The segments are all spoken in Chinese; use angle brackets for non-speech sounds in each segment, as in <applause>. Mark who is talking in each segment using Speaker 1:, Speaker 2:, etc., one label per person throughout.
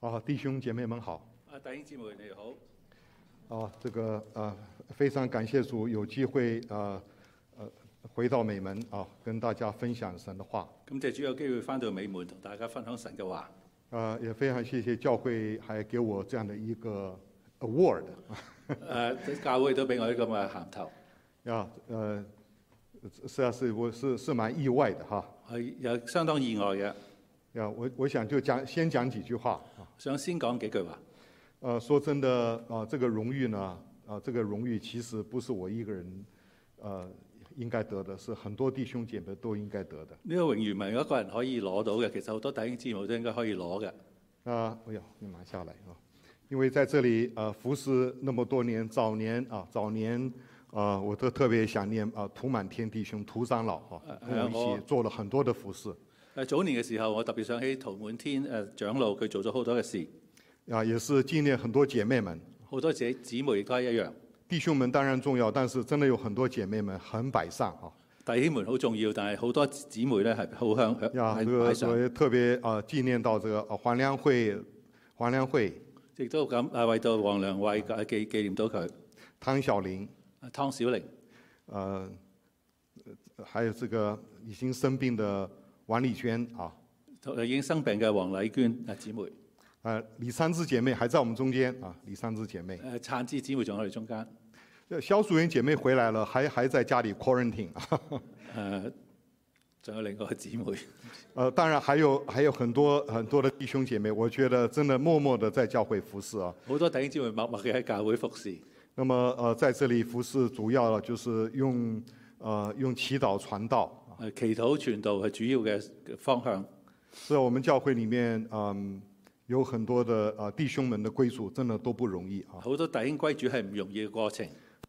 Speaker 1: 啊，弟兄姐妹们好！
Speaker 2: 啊，弟兄姊妹你哋好，
Speaker 1: 啊，这个呃，非常感谢主有机会呃呃回到美门啊，跟大家分享神的话。
Speaker 2: 咁借主有機會翻到美門同大家分享神嘅話， <laughs>
Speaker 1: 呃，也非常谢谢教会还给我这样的一个 award
Speaker 2: 誒、啊教會都俾我呢咁嘅銜頭，
Speaker 1: 啊，呃，实际上是我是是蛮意外的哈。
Speaker 2: 係有相當意外嘅。
Speaker 1: 呀、我我想就讲先讲几句话。啊
Speaker 2: 想先講幾句話。
Speaker 1: 呃，说真的啊、这个荣誉呢，啊、这个荣誉其实不是我一个人，呃，应该得的，是很多弟兄姐妹都应该得的。
Speaker 2: 呢、個榮譽唔係一個人可以攞到嘅，其實好多弟兄姊妹都應該可以攞嘅。
Speaker 1: 啊，哎呀，你拿下来啊，因为在这里呃服侍那么多年，早年啊早年啊、我都特别想念啊涂满天弟兄涂长老啊，
Speaker 2: 呃
Speaker 1: 跟我
Speaker 2: 呃
Speaker 1: 一起做了很多的服侍
Speaker 2: 誒早年嘅時候，我特別想起陶滿天誒、長老，佢做咗好多嘅事，
Speaker 1: 啊，也是纪念很多姐妹们，
Speaker 2: 好多姐姊妹亦都係一樣。
Speaker 1: 弟兄们当然重要，但是真的有很多姐妹们很擺上啊。
Speaker 2: 弟兄們好重要，但係好多姊妹咧係好向
Speaker 1: 呀，这个
Speaker 2: 係擺
Speaker 1: 我
Speaker 2: 呃上，
Speaker 1: 也特别啊、纪念到这个呃黄良慧、黄良慧、
Speaker 2: 亦都咁誒為到黃良偉誒記紀念到佢。
Speaker 1: 汤小玲，
Speaker 2: 啊湯小玲，
Speaker 1: 呃，呃还有这个已经生病的王丽娟啊，
Speaker 2: 已經生病嘅黃禮娟啊姊妹。
Speaker 1: 呃，李三枝姐妹还在我们中间啊，李三枝姐妹，
Speaker 2: 誒呃撐支姊妹仲喺我哋中間，誒、
Speaker 1: 呃肖淑媛姐妹回来了，还还在家里 quarantine 啊，
Speaker 2: 呃仲有另外一個姊妹，
Speaker 1: 呃，当然还有还有很多很多的弟兄姐妹，我觉得真的默默的在教会服侍啊。
Speaker 2: 好多弟兄姊妹默默嘅喺教會服侍。
Speaker 1: 那么呃，在这里服侍主要就是用呃用祈祷传道，
Speaker 2: 誒呃祈禱傳道係主要嘅方向。
Speaker 1: 是啊我们教会里面，嗯，有很多的呃弟兄们的归属，真的都不容易啊。
Speaker 2: 好多弟兄歸主係唔容易嘅過程。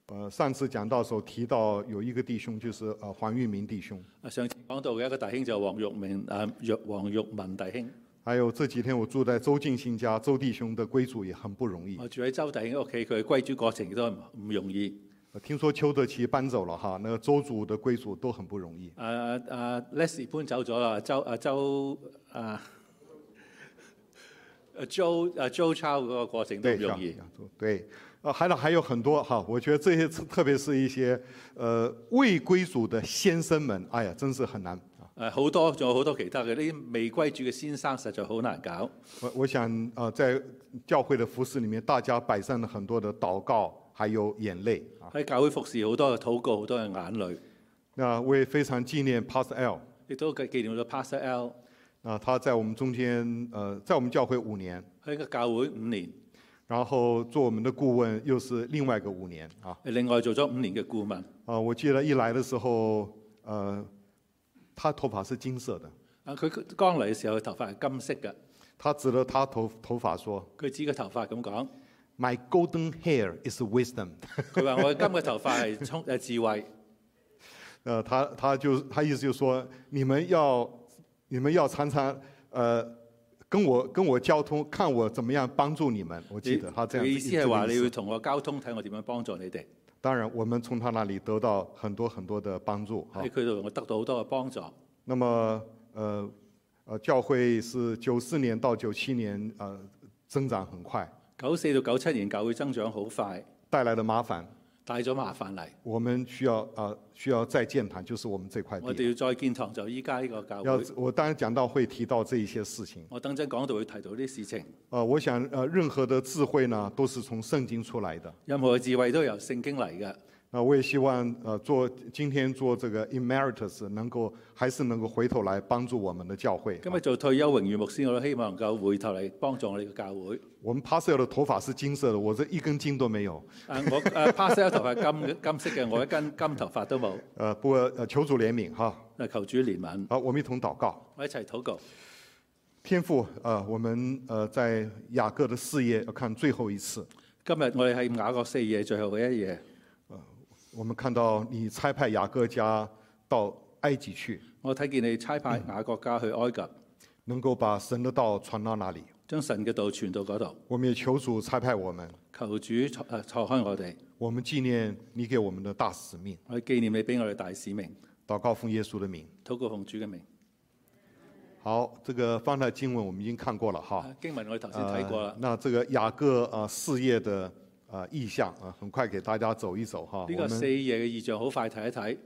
Speaker 1: 呃，上次讲到的时候提到有一个弟兄就是呃黄玉明弟兄，
Speaker 2: 啊上次講到嘅一個弟兄就黃玉明誒若黃玉文弟兄，
Speaker 1: 还有这幾天我住在周进新家，周弟兄的归属也很不容易。
Speaker 2: 我住喺周弟兄屋企，佢嘅歸主過程亦都唔唔容易。
Speaker 1: 呃听说邱德奇搬走了哈，那个周主的归属都很不容易。
Speaker 2: 誒誒啊 Leslie 搬走咗啦，周誒周誒誒 Joe 誒 Joe Chow 嗰個過程都
Speaker 1: 对，
Speaker 2: 唔容易
Speaker 1: 像。像对，呃，还有还有很多哈，我觉得这些特别是一些呃未归属的先生们，哎呀，真是很难。
Speaker 2: 誒呃好多仲有好多其他嘅呢啲未歸主嘅先生，實在好難搞。
Speaker 1: 我我想呃，在教会的服饰里面，大家摆上了很多的祷告，还有眼泪啊。
Speaker 2: 喺教會服侍好多嘅禱告，好多嘅眼淚，
Speaker 1: 那我也非常纪念 Pastor L
Speaker 2: 亦都紀紀念咗 Pastor L
Speaker 1: 啊，他在我们中间呃，在我们教会五年，
Speaker 2: 喺個教會五年，
Speaker 1: 然后做我们的顾问又是另外一个五年啊。
Speaker 2: 另外做咗五年嘅顧問。
Speaker 1: 啊，我记得一来的时候，呃，他头发是金色的，
Speaker 2: 啊，佢剛嚟嘅時候，頭髮係金色嘅。
Speaker 1: 他指着他头头发说
Speaker 2: 佢指個頭髮咁講，
Speaker 1: ：“My golden hair is wisdom。”
Speaker 2: 佢話：我嘅金嘅頭髮係 <laughs> 聰誒智慧。
Speaker 1: 呃，他他就他意思就是说，你们要你们要常常呃跟我跟我交通，看我怎么样帮助你们。我记得他这
Speaker 2: 佢
Speaker 1: 样
Speaker 2: 嘅
Speaker 1: 子
Speaker 2: 意思係話
Speaker 1: 一直的意
Speaker 2: 你
Speaker 1: 思
Speaker 2: 要同我交通，睇我點樣幫助你哋。
Speaker 1: 当然，我们从他那里得到很多很多的帮助啊
Speaker 2: 喺。佢度我得到好多嘅幫助。
Speaker 1: 那么呃呃，教会是九四年到九七年呃增长很快，
Speaker 2: 九四到九七年教會增長好快，
Speaker 1: 带来的麻烦，
Speaker 2: 帶咗麻煩嚟。
Speaker 1: 我们需要呃需要再建堂，就是我们这块
Speaker 2: 我啊
Speaker 1: 地。
Speaker 2: 哋要再建堂就依家呢個教
Speaker 1: 要
Speaker 2: 會。
Speaker 1: 我当然講到會提到这一些事情。
Speaker 2: 我等陣講到會提到呢啲事情，
Speaker 1: 呃，我想呃，任何的智慧呢，都是从圣经出来的。
Speaker 2: 任何嘅智慧都由聖經嚟嘅。
Speaker 1: 那我也希望呃，做今天做这个 emeritus 能够还是能够回头来帮助我们的教会。
Speaker 2: 今日做退休榮譽牧師，我都希望能夠回頭嚟幫助我哋嘅教會。
Speaker 1: 啊我们 pastor 的头发是金色的，我这一根筋都没有。
Speaker 2: 啊，我誒 Pascal 頭髮金金色嘅，我一根金頭髮都冇。
Speaker 1: 呃，不过呃，求主怜悯哈。
Speaker 2: 嗱，求主憐憫，
Speaker 1: 好，我们一同祷告。
Speaker 2: 我一齊禱告。
Speaker 1: 天父，呃，我们呃在雅各的事业要看最后一次，
Speaker 2: 今日我哋係雅各四夜最後嘅一夜，
Speaker 1: 我们看到你差派雅各家到埃及去，
Speaker 2: 我睇見你差派雅各家去埃及，
Speaker 1: 能够把神的道传到那里。
Speaker 2: 將神嘅道傳到嗰度。
Speaker 1: 我们也求主差派我们，
Speaker 2: 求主誒錯開我哋，
Speaker 1: 我们纪念你给我们的大使命。
Speaker 2: 我哋紀念你俾我哋大使命。
Speaker 1: 祷告奉耶稣的名。
Speaker 2: 禱告奉主嘅名。
Speaker 1: 好，这个方太经文我们已经看过了哈。
Speaker 2: 啊經文我哋頭先睇過啦
Speaker 1: 呃。那这个雅各啊事业的啊意向啊，很快给大家走一走哈。
Speaker 2: 呢
Speaker 1: 我
Speaker 2: 個
Speaker 1: 们
Speaker 2: 四夜嘅異象好快睇一睇。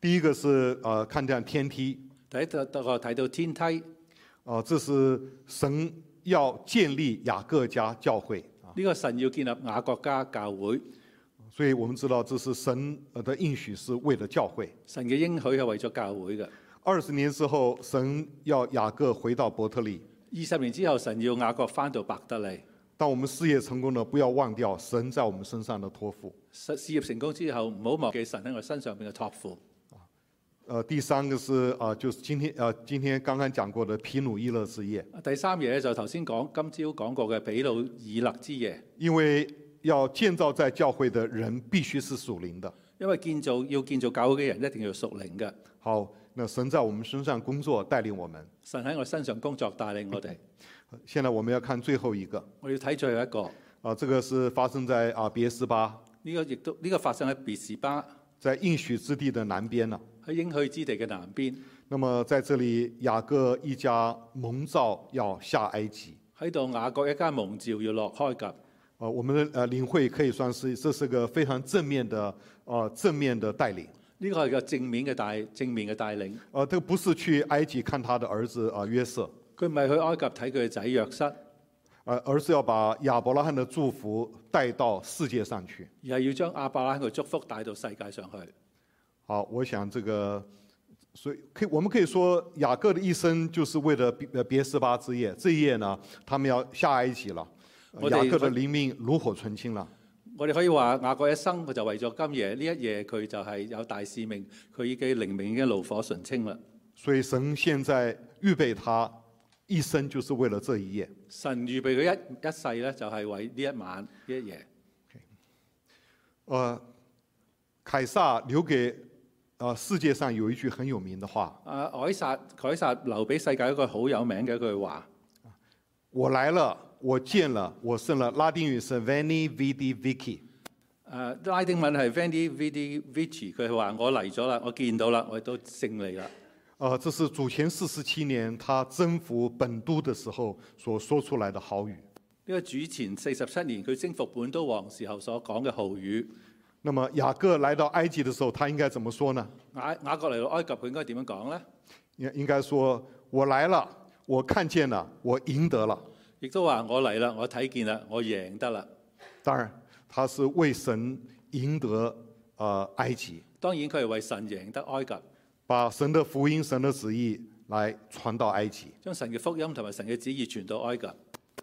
Speaker 1: 第一个是呃看见天梯
Speaker 2: 第一個睇到天梯，呢
Speaker 1: 啊、呃这是神要建立雅各家教会，
Speaker 2: 個神要建立雅各家教會，
Speaker 1: 所以我们知道这是神呃的应许是为了教会。
Speaker 2: 神嘅應許係為咗教會嘅。
Speaker 1: 二十年之后，神要雅各回到伯特利。
Speaker 2: 二十年之後，神要雅各翻到伯特利。
Speaker 1: 当我们事业成功了，不要忘掉神在我们身上的托付。
Speaker 2: 實事業成功之後，唔好忘記神喺我身上邊嘅托付。
Speaker 1: 呃，第三个是啊、呃就是今天呃，今天刚刚講過的皮努伊勒之夜，
Speaker 2: 第三嘢咧就頭先講今朝講過嘅比魯以勒之夜，
Speaker 1: 因為要建造在教会的人必須是屬靈的。
Speaker 2: 因為建造要建造教會嘅人一定要屬靈嘅。
Speaker 1: 好，那神在我们身上工作，帶領我們。
Speaker 2: 神喺我身上工作帶領我哋。
Speaker 1: 現在我們要看最後一個，啊、
Speaker 2: 我要睇最後一個，
Speaker 1: 這個啊是發生在啊別斯巴，
Speaker 2: 呢、個亦都呢、個發生喺別士巴
Speaker 1: 在應許之地的南邊呢、
Speaker 2: 喺應許之地嘅南邊。
Speaker 1: 那麼在這裡，雅各一家蒙召要下埃及。
Speaker 2: 喺度雅各一家蒙召要落埃及。
Speaker 1: 呃，我們的呃領會可以算是這是個非常正面的呃正面的帶領。
Speaker 2: 呢個係個正面嘅帶正面嘅帶領。
Speaker 1: 呃，这个不是去埃及看他的儿子啊、呃约瑟，
Speaker 2: 佢唔係去埃及睇佢嘅仔約瑟，
Speaker 1: 呃，而是要把亚伯拉罕的祝福带到世界上去。
Speaker 2: 而係要將亞伯拉罕嘅祝福帶到世界上去。
Speaker 1: 好，我想这个，所以可以我们可以说雅各的一生就是为了别呃别斯巴之夜，这一夜呢，他们要下埃及了，呃
Speaker 2: 我
Speaker 1: 雅
Speaker 2: 得
Speaker 1: 各的灵命炉火纯青了。
Speaker 2: 我哋可以話雅各一生佢就為咗今夜呢一夜，佢就係有大使命，佢已經靈命已經爐火純青啦。
Speaker 1: 所以神现在预备他一生就是为了这一夜。
Speaker 2: 神預備佢一一世咧，就係為呢一晚呢一夜。
Speaker 1: 呃，凯撒留给呃世界上有一句很有名的话
Speaker 2: 啊，凱撒凱撒留俾世界一個好有名嘅一句話：：“
Speaker 1: 我来了，我见了，我胜了。”拉丁语是 “veni vidi vici”。
Speaker 2: 誒、啊拉丁文係 Veni Vidi Vici，佢話我嚟咗啦，我見到啦，我亦都勝利啦。
Speaker 1: 呃，这是主前四十七年他征服本都的时候所说出来的豪语。
Speaker 2: 呢個主前四十七年佢征服本都王時候所講嘅豪語，
Speaker 1: 那么雅各来到埃及的时候，他应该怎么說呢？
Speaker 2: 雅雅各嚟到埃及，佢應該點樣講呢？
Speaker 1: 应应该说：“我来了，我看见了，我赢得了。
Speaker 2: 亦都話我嚟啦，我睇見啦，我贏得啦。”
Speaker 1: 当然，他是为神赢得呃埃及，
Speaker 2: 當然佢係為神贏得埃及，
Speaker 1: 把神的福音、神的旨意来传到埃及。
Speaker 2: 將神嘅福音同埋神嘅旨意傳到埃及。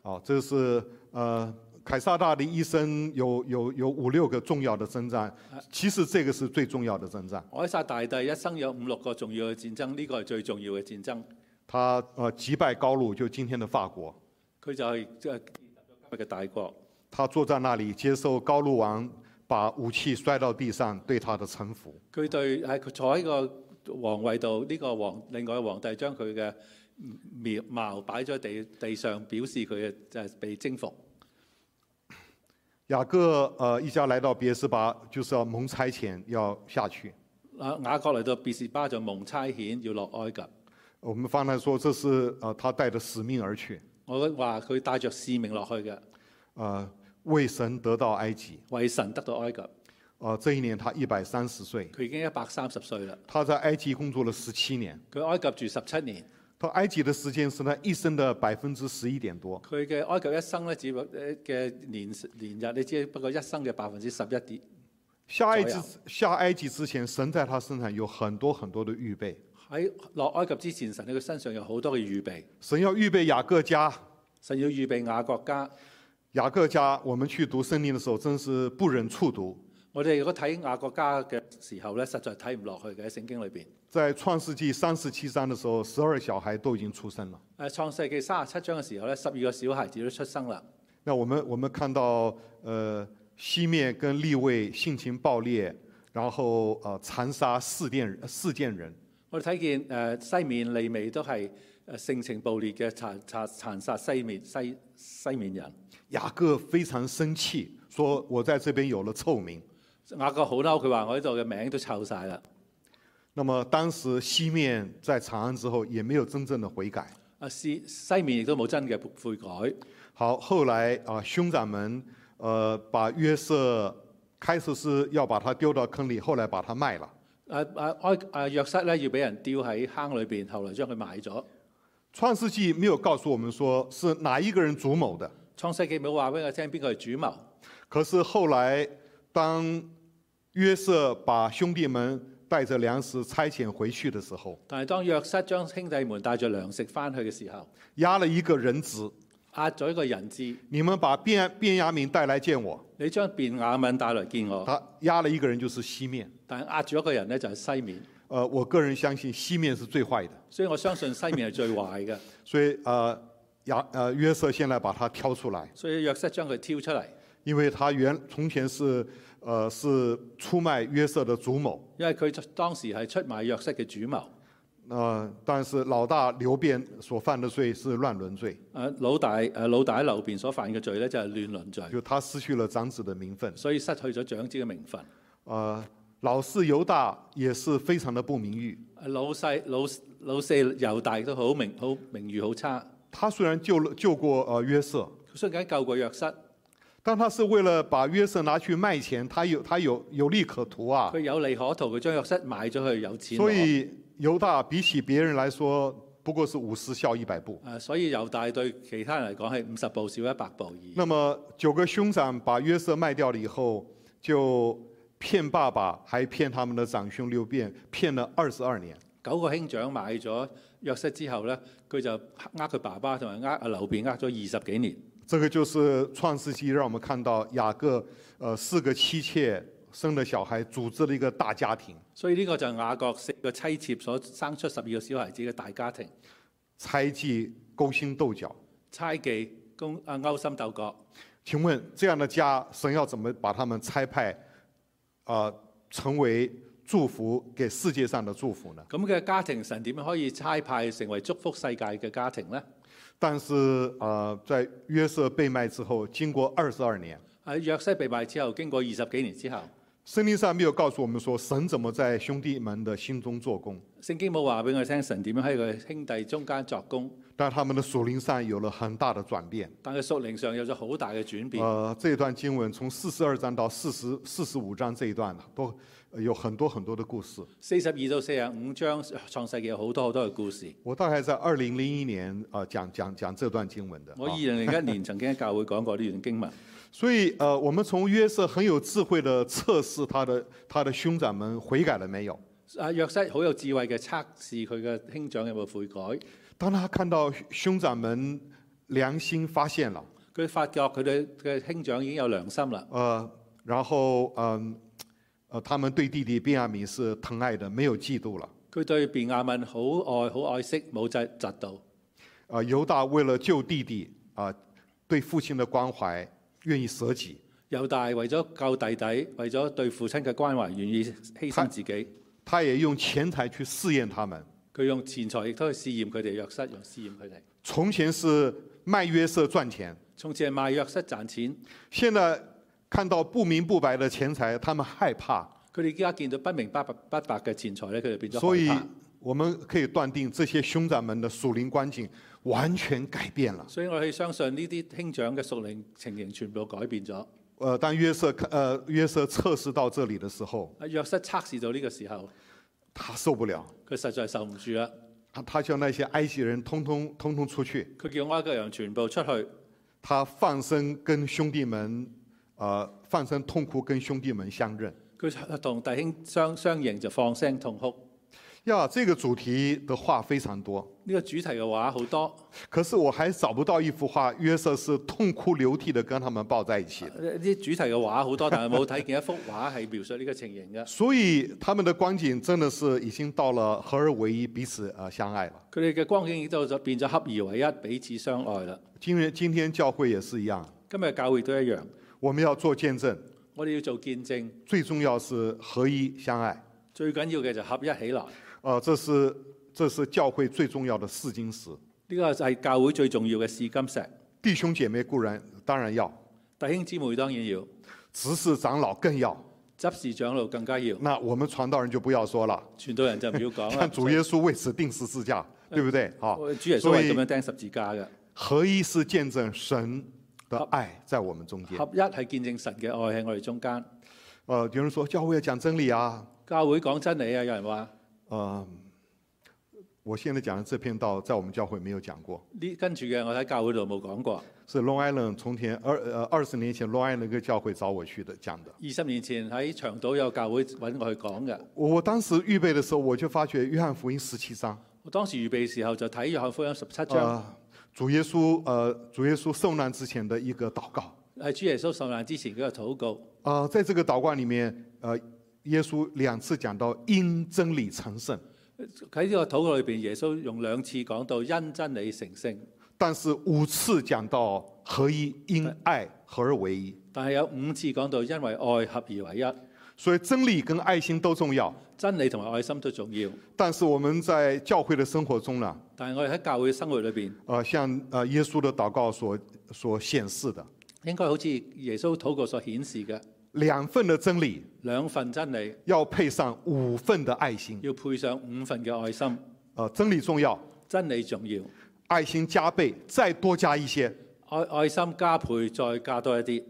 Speaker 1: 哦，这是呃凯撒大的一生有有有五六个重要的征战，其实这个是最重要的征战。
Speaker 2: 凱撒大帝一生有五六個重要嘅戰爭，呢、個係最重要嘅戰爭。
Speaker 1: 他呃击败高卢，就今天的法国，
Speaker 2: 佢就係即係建立咗今日嘅大國。
Speaker 1: 他坐在那里接受高卢王把武器摔到地上对他的臣服。
Speaker 2: 佢對係佢坐喺個皇位度，呢、個皇另外嘅皇帝將佢嘅苗矛擺咗喺地地上，表示佢嘅就係被征服。
Speaker 1: 雅各呃一家来到别是巴，就是要蒙差遣要下去。
Speaker 2: 啊，雅各嚟到別士巴就蒙差遣要落埃及。
Speaker 1: 我们方才说这是呃他带着使命而去，
Speaker 2: 我話佢帶着使命落去嘅，
Speaker 1: 呃为神得到埃及。
Speaker 2: 為神得到埃及。
Speaker 1: 呃这一年他一百三十岁，
Speaker 2: 佢已經一百三十歲啦，
Speaker 1: 他在埃及工作了十七年。
Speaker 2: 佢埃及住十七年，
Speaker 1: 到埃及的时间是他一生的百分之十一点多。
Speaker 2: 佢嘅埃及一生咧，只不誒嘅年年日，你只不過一生嘅百分之十一點。
Speaker 1: 下埃及
Speaker 2: 左右
Speaker 1: 下埃及之前，神在他身上有很多很多的预备。
Speaker 2: 喺落埃及之前，神喺佢身上有好多嘅預備，
Speaker 1: 神要预备雅各家，
Speaker 2: 神要預備雅各家。
Speaker 1: 雅各家，我们去读圣经的时候，真是不忍触读。
Speaker 2: 我哋如果睇雅各家嘅時候咧，實在睇唔落去嘅喺聖經裏邊。
Speaker 1: 在创世纪三十七章的时候，十二小孩都已經出生了。
Speaker 2: 誒創世記三十七章嘅時候咧，十二個小孩子都出生啦。
Speaker 1: 那我们我们看到，呃，西面跟利位性情暴烈，然后呃残杀四件人四件人。
Speaker 2: 我哋睇見誒、呃西面利未都係誒性情暴烈嘅殘殘殘殺西面西西面人。
Speaker 1: 雅各非常生气，说我在这边有了臭名。
Speaker 2: 雅各好嬲，佢話我呢度嘅名都臭晒啦。
Speaker 1: 那么当时西面在长安之后也没有真正的悔改。
Speaker 2: 啊西西面亦都冇真嘅悔改。
Speaker 1: 好，后来啊，兄长们呃把约瑟开始是要把他丢到坑里，后来把他卖了。
Speaker 2: 啊啊埃啊約瑟咧要俾人丟喺坑裏邊，後來將佢賣咗。
Speaker 1: 创世纪没有告诉我们说是哪一个人主谋的，
Speaker 2: 創世記冇話俾我聽邊個係主謀，
Speaker 1: 可是后来当约瑟把兄弟们带着粮食差遣回去的时候，
Speaker 2: 但係當約瑟將兄弟們帶著糧食翻去嘅時候，
Speaker 1: 压了一个人质，
Speaker 2: 壓咗一個人質，
Speaker 1: 你们把便便雅敏带来见我，
Speaker 2: 你將便雅敏帶來見我，
Speaker 1: 他压了一个人就是西面。
Speaker 2: 但係壓住一個人咧就係西面，
Speaker 1: 呃，我个人相信西面是最坏的，
Speaker 2: 所以我相信西面係最壞嘅，
Speaker 1: 所以呃，亚呃约瑟现在把他挑出来，
Speaker 2: 所以約瑟將佢挑出嚟，
Speaker 1: 因为他原从前是呃是出卖约瑟的主谋，
Speaker 2: 因為佢當時係出賣約瑟嘅主謀。
Speaker 1: 呃，但是老大刘辩所犯的罪是乱伦罪，
Speaker 2: 啊老大誒老大喺流便所犯嘅罪咧就係亂倫罪，
Speaker 1: 就他失去了长子的名分。
Speaker 2: 所以失去咗長子嘅名分。
Speaker 1: 呃，老四犹大也是非常的不名誉，
Speaker 2: 啊老細老老四又大都好名好名譽好差，
Speaker 1: 他虽然救了救過呃约瑟，
Speaker 2: 雖然救過約瑟，
Speaker 1: 但他是为了把约瑟拿去卖钱，他有他有有利可图啊，
Speaker 2: 佢有利可圖，佢將約瑟買咗去有錢
Speaker 1: 所
Speaker 2: 攞。
Speaker 1: 以犹大比起别人来说，不过是五十笑一百步。
Speaker 2: 啊，所以猶大對其他人嚟講係五十步少一百步而
Speaker 1: 那么九个兄长把约瑟卖掉了以后，就骗爸爸，还骗他们的长兄六便，骗了二十二年。
Speaker 2: 九個兄長買咗約瑟之後咧，佢就呃佢爸爸同埋呃阿劉便呃咗二十幾年。
Speaker 1: 这个就是创世纪，让我们看到雅各呃四个妻妾生的小孩，组织了一个大家庭，
Speaker 2: 所以呢個就係雅各四個妻妾所生出十二個小孩子嘅大家庭，
Speaker 1: 猜忌、勾心斗角。
Speaker 2: 猜忌、公啊勾心鬥角。
Speaker 1: 请问这样的家，神要怎么把他们差派，啊、成为祝福给世界上的祝福呢？
Speaker 2: 咁嘅家庭，神點樣可以差派成為祝福世界嘅家庭呢？
Speaker 1: 但是呃，在约瑟被卖之后，经过二十二年，
Speaker 2: 喺約啊瑟被賣之後，經過二十幾年之後，
Speaker 1: 圣经上没有告诉我们说神怎么在兄弟们的心中做工，
Speaker 2: 聖經冇話俾我哋聽神點樣喺佢兄弟中間作工，
Speaker 1: 但他们的属灵上有了很大的转变。
Speaker 2: 但佢屬靈上有咗好大嘅轉變。
Speaker 1: 呃，这段经文从四十二章到四十四十五章这一段都呃有很多很多的故事。
Speaker 2: 四十二到四十五章創世記有好多好多嘅故事。
Speaker 1: 我大概在二零零一年啊、呃讲讲讲这段经文的。
Speaker 2: 我
Speaker 1: 啊
Speaker 2: 二零零一年曾經喺教會講過呢段經文，
Speaker 1: 所以呃，我们从约瑟很有智慧的测试他的他的兄长们悔改了没有。
Speaker 2: 阿啊約瑟好有智慧嘅測試佢嘅兄長有冇悔改，
Speaker 1: 当他看到兄长们良心发现了，
Speaker 2: 佢發覺佢哋嘅兄長已經有良心啦。
Speaker 1: 呃，然后嗯呃，他们对弟弟便雅悯是疼爱的，没有嫉妒了。
Speaker 2: 佢對便雅敏好愛好愛惜，冇窒窒到。
Speaker 1: 呃，犹大为了救弟弟啊、对父亲的关怀愿意舍己，
Speaker 2: 猶大為咗救弟弟，為咗對父親嘅關懷，願意犧牲自己。
Speaker 1: 他也用钱财去试验他们。
Speaker 2: 佢用錢財亦都去試驗佢哋約瑟，用試驗佢哋。
Speaker 1: 从前是卖约瑟赚钱，
Speaker 2: 從前係賣約瑟賺錢，
Speaker 1: 现在看到不明不白的钱财，他们害怕。
Speaker 2: 佢哋依家見到不明不白不白嘅錢財咧，佢哋變咗
Speaker 1: 所以
Speaker 2: 害怕。
Speaker 1: 我们可以断定，这些兄长们的属灵观景完全改变了。
Speaker 2: 所以我哋相信呢啲兄長嘅屬靈情形全部改變咗。
Speaker 1: 呃，当约瑟看呃约瑟测试到这里的时候，
Speaker 2: 阿約瑟測試到呢個時候，
Speaker 1: 他受不了，
Speaker 2: 佢實在受唔住啦。
Speaker 1: 他啊他叫那些埃及人通通通通出去，
Speaker 2: 佢叫埃及人全部出去，
Speaker 1: 他放声跟兄弟们，呃，放声痛哭，跟兄弟们相认。
Speaker 2: 佢同弟兄相相認就放聲痛哭。
Speaker 1: 呀，这个主题的话非常多，
Speaker 2: 呢、個主題嘅話好多。
Speaker 1: 可是我还找不到一幅画，约瑟是痛哭流涕的跟他们抱在一起的。
Speaker 2: 呢啲主題嘅畫好多，但係冇睇見一幅畫係描述呢個情形嘅。
Speaker 1: 所以他们的光景真的是已经到了合而为一，彼此呃相爱了。
Speaker 2: 佢哋嘅光景亦都就變咗合而為一，彼此相愛啦。
Speaker 1: 今日今天教会也是一样，
Speaker 2: 今日教會都一樣，
Speaker 1: 我們要做見證，
Speaker 2: 我哋要做見證，
Speaker 1: 最重要是合一相愛。
Speaker 2: 最緊要嘅就合一起來。呢、
Speaker 1: 呃，这是这是教会最重要的試金石。
Speaker 2: 個就係教會最重要嘅試金石。
Speaker 1: 弟兄姐妹固然当然要，
Speaker 2: 弟兄姊妹當然要，
Speaker 1: 执事長老更要。
Speaker 2: 執事長老更加要，
Speaker 1: 那我们传道人就不要说了，
Speaker 2: 傳道人就唔要講啦
Speaker 1: 看。 <laughs> 主耶啊稣为此定十字架，对不对？好，
Speaker 2: 主耶穌
Speaker 1: 所
Speaker 2: 係咁
Speaker 1: 以
Speaker 2: 樣釘十字架嘅，
Speaker 1: 合一是见证神的爱在我们中间。
Speaker 2: 合一係見證神嘅愛喺我哋中間。
Speaker 1: 呃，有人说教会要讲真理啊，
Speaker 2: 教會講真理啊，有人話
Speaker 1: 呃，我现在讲的这篇道在我们教会没有讲过，
Speaker 2: 呢跟住嘅，我喺教會度冇講過。
Speaker 1: 是 Long Island 从前二呃二十年前 Long Island 一个教会找我去的讲的。
Speaker 2: 二十年前喺長島有教會揾我去講嘅，
Speaker 1: 我我当时预备的时候，我就发觉约翰福音十七章，
Speaker 2: 我當時預備時候就睇約翰福音十七章，
Speaker 1: 呃，主耶稣呃主耶稣受难之前的一个祷告。
Speaker 2: 係主耶穌受難之前嗰個禱告。
Speaker 1: 呃，在这个祷告里面，呃，耶稣两次讲到因真理成圣，
Speaker 2: 喺呢個禱告裏邊，耶穌用兩次講到因真理成聖，
Speaker 1: 但是五次讲到合一，因爱合而为一。
Speaker 2: 但係有五次講到因為愛合而為一，
Speaker 1: 所以真理跟爱心都重要，
Speaker 2: 真理同埋愛心都重要。
Speaker 1: 但是我们在教会的生活中呢，
Speaker 2: 但係我哋喺教會生活裏邊，
Speaker 1: 呃，像呃耶稣的祷告所所显示的，
Speaker 2: 應該好似耶穌禱告所顯示嘅，
Speaker 1: 两份的真理
Speaker 2: 兩份真理
Speaker 1: 要配上五份的爱心，
Speaker 2: 要配上五份嘅愛心，
Speaker 1: 呃，真理重要，
Speaker 2: 真理重要，
Speaker 1: 爱心加倍，再多加一些。
Speaker 2: 愛愛心加倍再加多一啲。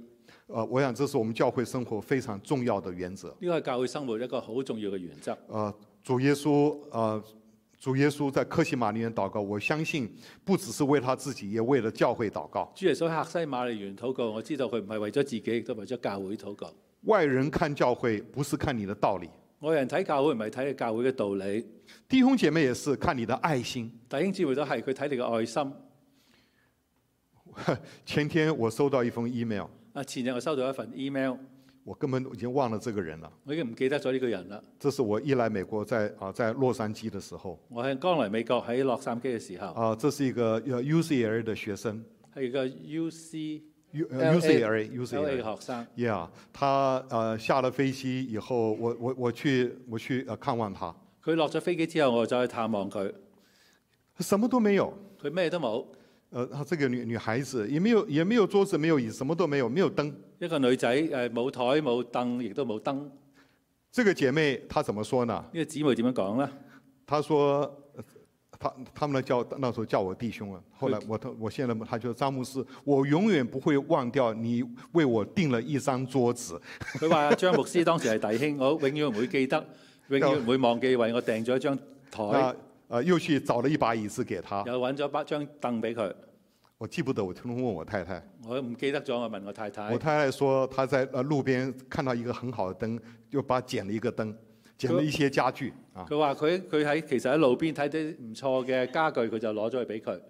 Speaker 1: 呃，我想这是我们教会生活非常重要的原则。
Speaker 2: 呢個係教會生活一個好重要嘅原則。
Speaker 1: 呃，主耶稣，呃，主耶稣在克西马尼园祷告，我相信不只是为他自己，也为了教会祷告。
Speaker 2: 主耶穌喺客西馬利園禱告，我知道佢唔係為咗自己，亦都為咗教會禱告。
Speaker 1: 外人看教会不是看你的道理，
Speaker 2: 外人睇教會唔係睇你教會嘅道理，
Speaker 1: 弟兄姐妹也是看你的爱心。
Speaker 2: 弟兄姊妹都係佢睇你嘅愛心。
Speaker 1: 前天我收到一封 email，
Speaker 2: 啊，前日我收到一份 email，
Speaker 1: 我根本已经忘了这个人了。
Speaker 2: 我已經唔記得咗呢個人啦。
Speaker 1: 这是我一来美国在啊、在洛杉矶的时候
Speaker 2: 我喺剛嚟美國喺洛杉磯嘅時候，
Speaker 1: 啊、这是一个呃 UCLA 的学生
Speaker 2: 係個 UC
Speaker 1: ，U 呃
Speaker 2: LA
Speaker 1: UCLA
Speaker 2: LA
Speaker 1: UCLA
Speaker 2: 嘅學生。
Speaker 1: yeah，他呃下了飞机以后，我我我去我去呃看望他，
Speaker 2: 佢落咗飛機之後，我就去探望佢，
Speaker 1: 什么都没有。
Speaker 2: 佢咩都冇，
Speaker 1: 呃，她这个女女孩子也没有也没有桌子，没有椅，什么都没有，没有灯。
Speaker 2: 一個女仔誒冇台冇凳，亦都冇燈。呢、
Speaker 1: 这个姐妹她怎么说呢？
Speaker 2: 個姊妹點樣講呢？
Speaker 1: 她说，呃她他们呢叫那时候叫我弟兄啊。后来我她我现在她就张牧师，我永远不会忘掉你为我订了一张桌子。
Speaker 2: 佢話張牧師當時係弟兄，我永遠唔會記得，永遠唔會忘記為我訂咗一張台，
Speaker 1: 那呃又去找了一把椅子给她，
Speaker 2: 又揾咗把張凳俾佢。
Speaker 1: 我記不得，我通通问我太太。
Speaker 2: 我唔記得咗，我問我太
Speaker 1: 我
Speaker 2: 太，
Speaker 1: 太太说她在呃路边看到一个很好的灯，就把捡了一个灯，捡了一些家具啊。
Speaker 2: 佢話佢佢喺其實喺路邊睇啲唔錯嘅家具，佢就攞咗去俾佢。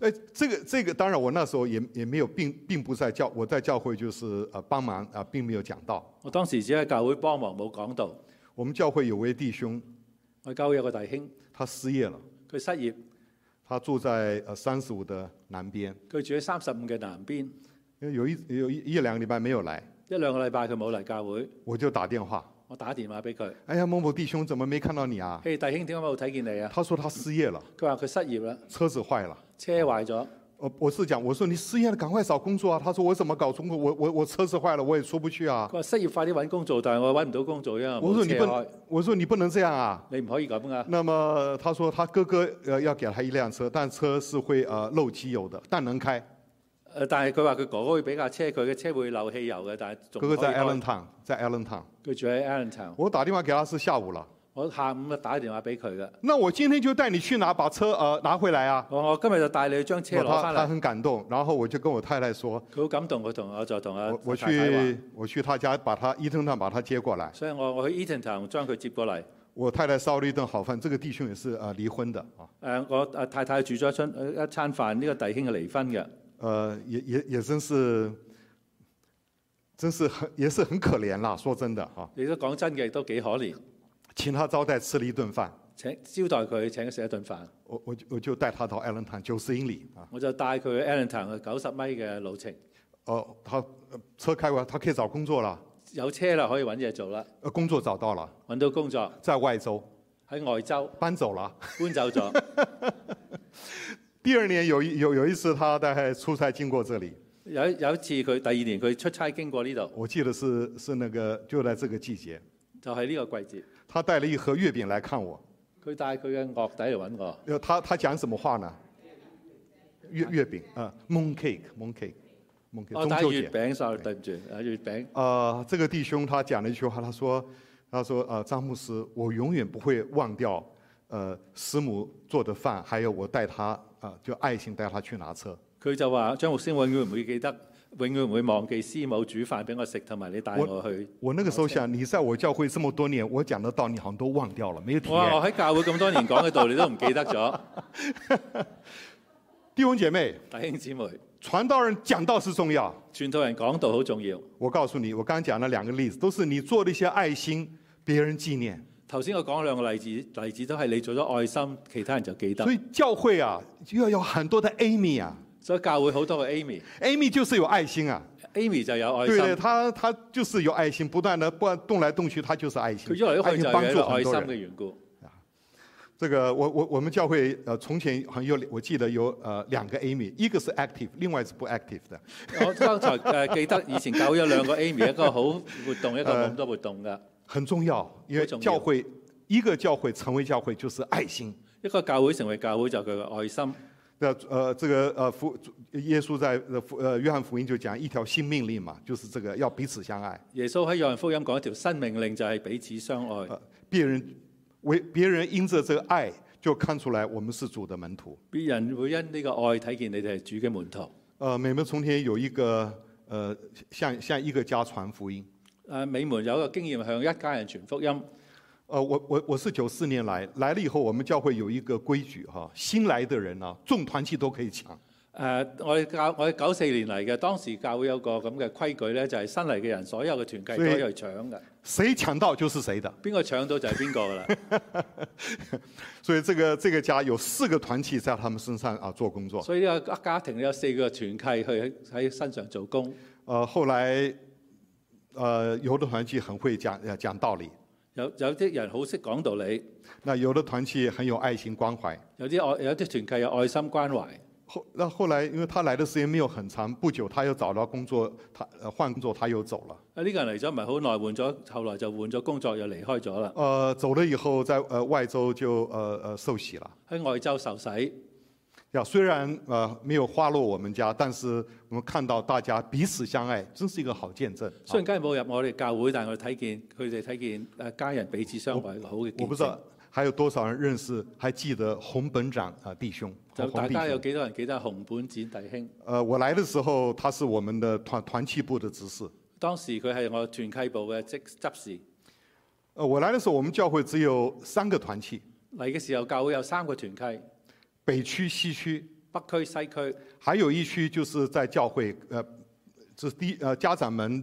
Speaker 1: 哎，这个这个，当然我那时候也也没有，并并不在教，我在教会就是呃帮忙啊、呃并没有讲到。
Speaker 2: 我當時只喺教會幫忙，冇講到。
Speaker 1: 我们教会有位弟兄，
Speaker 2: 我教會有個弟兄，
Speaker 1: 他失业了，
Speaker 2: 佢失業，
Speaker 1: 他住在呃三十五的南边，
Speaker 2: 佢住喺三十五嘅南邊，
Speaker 1: 因为有一有一一两个礼拜没有来，
Speaker 2: 一兩個禮拜佢冇嚟教會。
Speaker 1: 我就打电话，
Speaker 2: 我打電話俾佢，
Speaker 1: 哎呀，某某弟兄怎么没看到你啊？
Speaker 2: 嘿弟兄，點解冇睇見你啊？
Speaker 1: 他说他失业了，
Speaker 2: 佢話佢失業啦，
Speaker 1: 车子坏了。
Speaker 2: 車壞咗。
Speaker 1: 呃，我是讲，我说你失业了，赶快找工作啊。他说我怎么搞工作？我我我车子坏了，我也出不去啊
Speaker 2: 佢。話失業快啲揾工做，但係我揾唔到工做，因為
Speaker 1: 我
Speaker 2: 冇
Speaker 1: 说你
Speaker 2: 車
Speaker 1: 不
Speaker 2: 開
Speaker 1: 能。，我说你不能这样啊。
Speaker 2: 你唔可以咁噶。
Speaker 1: 那么他说他哥哥呃要给他一辆车，但车是会呃漏机油的，但能开。
Speaker 2: 誒呃但係佢話佢哥哥會俾架車，佢嘅車會漏汽油嘅，但係仲
Speaker 1: 哥哥在
Speaker 2: 可以開
Speaker 1: Allentown，在 Allentown。
Speaker 2: 佢住喺 Allentown。
Speaker 1: 我打电话给他是下午了，
Speaker 2: 我下午就啊打電話俾佢嘅，
Speaker 1: 那我今天就带你去拿，把车呃拿回来啊。
Speaker 2: 我我今日就帶你去將車
Speaker 1: 我
Speaker 2: 攞
Speaker 1: 他
Speaker 2: 翻
Speaker 1: 他
Speaker 2: 嚟。
Speaker 1: 很感动，然后我就跟我太太说，
Speaker 2: 佢好感動，佢同我就同阿
Speaker 1: 我我
Speaker 2: 太太話
Speaker 1: 去我去他家把他伊藤上把他接过来。
Speaker 2: 所以我我去 Eaton Town 將佢接過嚟。誒、
Speaker 1: 我太太烧了一顿好饭，这个弟兄也是呃离婚的啊，
Speaker 2: 呃我誒太太煮咗一餐一餐飯，呢、個弟兄係離婚嘅，
Speaker 1: 呃也也也真是，真是很也是很可怜啦，说真的啊，
Speaker 2: 亦都講真嘅，亦都幾可憐。
Speaker 1: 请他招待吃了一顿饭。
Speaker 2: 請招待佢，請佢食一頓飯。
Speaker 1: 我我就我就带他到艾伦坦九十英里啊，
Speaker 2: 我就帶佢去 Allentown 九十米嘅路程，
Speaker 1: 哦，他呃车开过来，他可以找工作了，
Speaker 2: 有車啦，可以揾嘢做啦，
Speaker 1: 呃，工作找到了，
Speaker 2: 揾到工作
Speaker 1: 在外州
Speaker 2: 喺外州
Speaker 1: 搬走了。
Speaker 2: 搬走咗。
Speaker 1: 第二年有一有有一次，他大概出差经过这里，
Speaker 2: 有一有一次佢第二年佢出差經過呢度，
Speaker 1: 我记得是是那个就在这个季节，
Speaker 2: 就係、呢個季節，
Speaker 1: 他带了一盒月饼来看我。
Speaker 2: 佢帶佢嘅樂底嚟揾我，
Speaker 1: 呃，他他讲什么话呢？月月饼啊，moon cake，moon cake，moon
Speaker 2: 我
Speaker 1: cake，中
Speaker 2: 帶
Speaker 1: 秋啊
Speaker 2: 月
Speaker 1: 节。
Speaker 2: 餅，sorry，對唔住，啊月餅。
Speaker 1: 呃，这个弟兄他讲了一句话，他说，他说，呃，张牧师，我永远不会忘掉，呃，师母做的饭，还有我带他啊、就爱心带他去拿车。
Speaker 2: 佢就話：張牧師永遠唔會記得，永遠唔會忘記師母煮飯俾我食，同埋你帶我去。
Speaker 1: 我那个时候想，你在我教会这么多年，我讲的道你好像都忘掉了，没有体 <laughs>
Speaker 2: 哇！
Speaker 1: 验。
Speaker 2: 我喺教會咁多年講嘅道理都唔記得咗， <laughs>
Speaker 1: 弟兄姐妹，
Speaker 2: 弟兄姊妹，
Speaker 1: 传道人讲道是重要。
Speaker 2: 傳道人講道好重要。
Speaker 1: 我告诉你，我刚讲了两个例子，都是你做了一些爱心，别人纪念。
Speaker 2: 頭先我講兩個例子，例子都係你做咗愛心，其他人就記得
Speaker 1: 所。以教会啊，要有很多的 Amy 啊
Speaker 2: 所以教會好多個 Amy，Amy
Speaker 1: ，Amy 就是有爱心啊，
Speaker 2: 就有愛
Speaker 1: 对不对？
Speaker 2: 心，
Speaker 1: 她她就是有爱心，不断的不断动来动去，她就是爱心
Speaker 2: 佢，喐嚟
Speaker 1: 她
Speaker 2: 喐
Speaker 1: 已
Speaker 2: 去就
Speaker 1: 经
Speaker 2: 係
Speaker 1: 帮
Speaker 2: 有一
Speaker 1: 助
Speaker 2: 個
Speaker 1: 很
Speaker 2: 愛心
Speaker 1: 多
Speaker 2: 嘅
Speaker 1: 人。
Speaker 2: 緣故。
Speaker 1: 这个我我我们教会呃，从前好像有我记得有呃两个 Amy，一个是 active，另外是不 active 的。
Speaker 2: 我剛才誒記得以前教會有兩個 Amy，一個好活動，一個冇咁多活動㗎。
Speaker 1: 很重要，因为
Speaker 2: 重要
Speaker 1: 教会一个教会成为教会就是爱心。
Speaker 2: 一個教會成為教會就係佢嘅愛心。
Speaker 1: 那呃，这个呃福耶稣在呃福呃约翰福音就讲一条新命令嘛，就是这个要彼此相爱。
Speaker 2: 耶穌喺約翰福音講一條新命令，就係彼此相愛。
Speaker 1: 呃，别人为别人因着这个爱，就看出来我们是主的门徒。
Speaker 2: 別人會因呢個愛睇見你哋係主嘅門徒。誒、
Speaker 1: 呃，美门从前有一个呃，像像一个家传福音。
Speaker 2: 美門有一個經驗向一家人傳福音。
Speaker 1: 呃，我我我是九四年来，来了以后，我们教会有一个规矩哈，新来的人呢、啊众团契都可以抢。
Speaker 2: 誒、我哋教我哋九四年嚟嘅，當時教會有個咁嘅規矩咧，就係、新嚟嘅人所有嘅團契
Speaker 1: 所以
Speaker 2: 都可以去搶嘅，
Speaker 1: 谁搶到就是谁的，
Speaker 2: 邊個搶到就係邊個
Speaker 1: <laughs>
Speaker 2: 㗎啦。
Speaker 1: 所以这个这个家有四个团契在他们身上啊做工作。
Speaker 2: 所以呢個家庭有四個團契去喺喺身上做工。
Speaker 1: 呃，後來，呃，有的團契很會講呃講道理，
Speaker 2: 有有啲人好識講道理，
Speaker 1: 那有的團契很有愛心關懷。
Speaker 2: 有啲愛有啲團契有愛心關懷。
Speaker 1: 後那後來，因為他來的時間沒有很長，不久他又找到工作，他呃換工作他又走了。
Speaker 2: 啊！呢、個人嚟咗唔係好耐，換咗後來就換咗工作，又離開咗啦。
Speaker 1: 呃，走了以後在呃外州就呃呃受洗了。
Speaker 2: 喺外州受洗，
Speaker 1: 呀，雖然呃沒有花落我們家，但是我們看到大家彼此相愛，真是一個好見證。
Speaker 2: 雖然家人冇入我哋教會，但係我哋睇見佢哋睇見誒家人彼此相愛好嘅
Speaker 1: 啊我
Speaker 2: 見
Speaker 1: 不知
Speaker 2: 證
Speaker 1: 道。還有多少人認識，還記得洪本長啊、弟兄，
Speaker 2: 就
Speaker 1: 洪
Speaker 2: 大
Speaker 1: 弟
Speaker 2: 家有
Speaker 1: 兄。
Speaker 2: 幾多人記得紅本展弟兄？
Speaker 1: 呃，我來的時候他是我們的團團契部的执事。
Speaker 2: 當時佢係我團契部嘅職執事。
Speaker 1: 呃，我來的時候我們教會只有三個團契，
Speaker 2: 嚟嘅時候，教會有三個團契，
Speaker 1: 北區、西區，
Speaker 2: 北區、西區，
Speaker 1: 還有一區就是在教會，呃，这是第呃家長們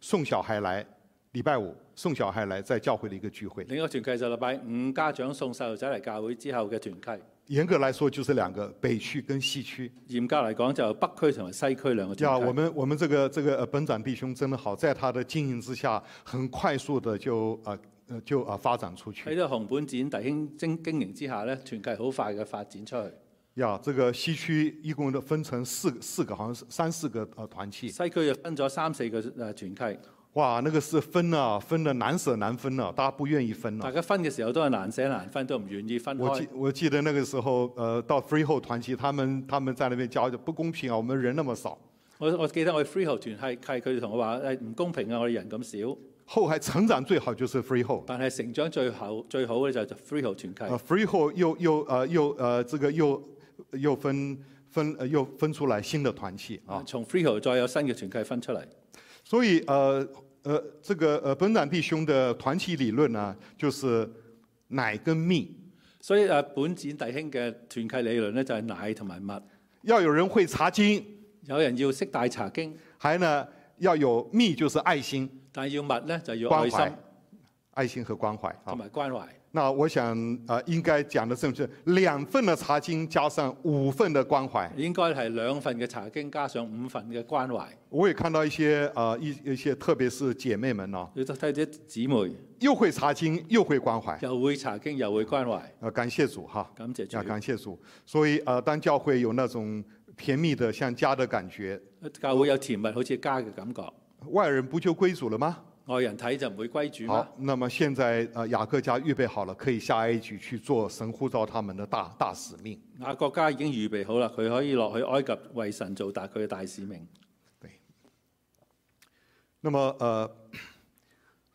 Speaker 1: 送小孩來，禮拜五送小孩來在教會的一個聚會。
Speaker 2: 另一個團契就禮拜五家長送細路仔嚟教會之後嘅團契。
Speaker 1: 嚴格來說就是兩個，北區跟西區。
Speaker 2: 嚴格嚟講，就北區同埋西區兩個
Speaker 1: 呀，我
Speaker 2: 團契。
Speaker 1: 們我們這個這個呃本長弟兄真的好，在他的經營之下，很快速的就呃呃就呃發展出去
Speaker 2: 喺。呢個紅本展弟兄經經營之下咧，團契好快嘅發展出去。
Speaker 1: 呀，這個西區一共的分成四个四個，好像是三四個呃團契。
Speaker 2: 西區就分咗三四個誒團契，
Speaker 1: 哇，那個是分啊，分的難舍難分啊，大家不願意分
Speaker 2: 大
Speaker 1: 啊。
Speaker 2: 家分嘅時候都係難捨難分，都唔願意分
Speaker 1: 我
Speaker 2: 開
Speaker 1: 記。我記得那個時候，呃，到 Freehold 團契，他們他們在那邊教就不公平啊，我們人那麼少，
Speaker 2: 我我記得我哋 freehold 團契契佢哋同我話誒唔公平啊！我哋人咁少，
Speaker 1: 後來成長最好就是 Freehold。
Speaker 2: 但係成長最後最好嘅就係 freehold 團
Speaker 1: 呃
Speaker 2: 契。
Speaker 1: ，Freehold 又又呃又呃這個又又分分呃又分出來新的團契啊，
Speaker 2: 從 freehold 再有新嘅團契分出嚟，
Speaker 1: 所以呃呃這個呃本長弟兄的團契理論呢，就是奶跟蜜，
Speaker 2: 所以誒本展弟兄嘅團契理論咧就係奶同埋蜜，
Speaker 1: 要有人會查經，
Speaker 2: 有人要識大茶經，
Speaker 1: 還呢要有蜜就是愛心。
Speaker 2: 但係要蜜咧就要
Speaker 1: 關
Speaker 2: 愛
Speaker 1: 懷
Speaker 2: 心、
Speaker 1: 愛心和關懷啊
Speaker 2: 同。埋關懷。
Speaker 1: 那我想啊、呃应该講的正是兩份的茶經加上五份的關懷。
Speaker 2: 應該係兩份嘅茶經加上五份嘅關懷。
Speaker 1: 我也看到一些啊、呃一一些，特別是姐妹們呢、
Speaker 2: 你都睇啲姊妹
Speaker 1: 又會茶經又會關懷，
Speaker 2: 又會查經又會關懷，
Speaker 1: 呃，感謝主哈，
Speaker 2: 感謝主
Speaker 1: 啊，。感謝主。所以呃，當教會有那種甜蜜的像家的感觉。
Speaker 2: 教會有甜蜜好似家嘅感覺，
Speaker 1: 外人不就歸主了嗎？
Speaker 2: 外人睇就唔會歸主嘛
Speaker 1: 好。，那么现在呃雅各家预备好了，可以下埃及去做神呼召他们的大大使命。
Speaker 2: 雅各家已經預備好啦，佢可以落去埃及為神做大佢嘅大使命。
Speaker 1: 那么呃，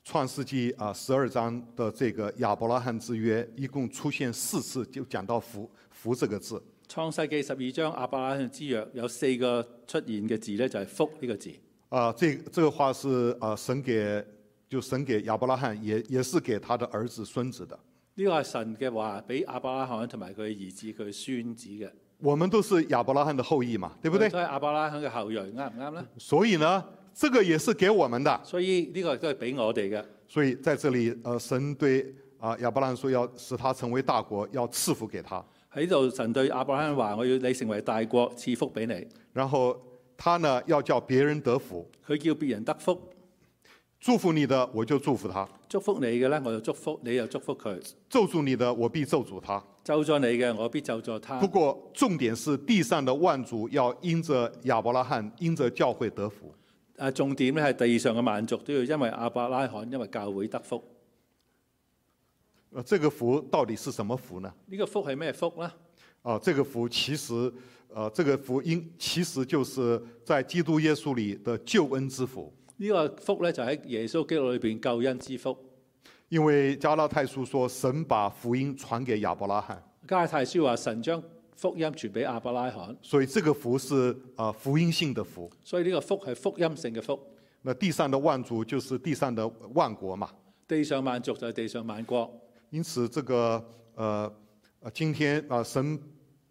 Speaker 1: 创世纪啊十二章的这个亚伯拉罕之约，一共出现四次，就讲到福福这个字。
Speaker 2: 創世記十二章亞伯拉罕之約有四個出現嘅字咧，就係、福呢個字。
Speaker 1: 啊、这这个话是啊、神给就神给亚伯拉罕，也也是给他的儿子孙子的。
Speaker 2: 呢個係神嘅話，俾亞伯拉罕同埋佢兒子、佢孫子嘅，
Speaker 1: 我们都是亚伯拉罕的后裔嘛，对不对
Speaker 2: 都？係亞伯拉罕嘅後裔，啱唔啱咧？
Speaker 1: 所以呢，這個也是給我們的。
Speaker 2: 所以呢個都係俾我哋嘅。
Speaker 1: 所以在這裡，呃，神對啊、亞伯拉罕說，要使他成為大國，要赐福給他。
Speaker 2: 喺度，神對亞伯拉罕話：我要你成為大國，賜福俾你。
Speaker 1: 然後他呢，要叫別人得福，
Speaker 2: 佢叫別人得福，
Speaker 1: 祝福你的我就祝福他，
Speaker 2: 祝福你嘅咧，我就祝福你，又祝福佢；
Speaker 1: 咒詛你的我必咒詛他。
Speaker 2: 咒咗你嘅，我必咒咗他
Speaker 1: 不。過重點是，地上的萬族要因着亞伯拉罕，因着教會得福。
Speaker 2: 啊，重點咧係地上嘅萬族都要因為亞伯拉罕，因為教會得福。
Speaker 1: 呃，這個福到底是什麼福呢？
Speaker 2: 呢、個福係咩福呢？
Speaker 1: 啊、這個福其實，呃，這個福因其實就是在基督耶穌裡的救恩之福。
Speaker 2: 呢、個福咧就喺耶穌基督裏邊救恩之福。
Speaker 1: 因为加拉太书说，神把福音传给亚伯拉罕，
Speaker 2: 加拉太書話神將福音傳俾亞伯拉罕，
Speaker 1: 所以这个福是呃福音性的福。
Speaker 2: 所以呢個福係福音性嘅福。
Speaker 1: 那地上的万族就是地上的万国嘛。
Speaker 2: 地上萬族就係地上萬國。
Speaker 1: 因此，这个呃呃，今天啊、呃神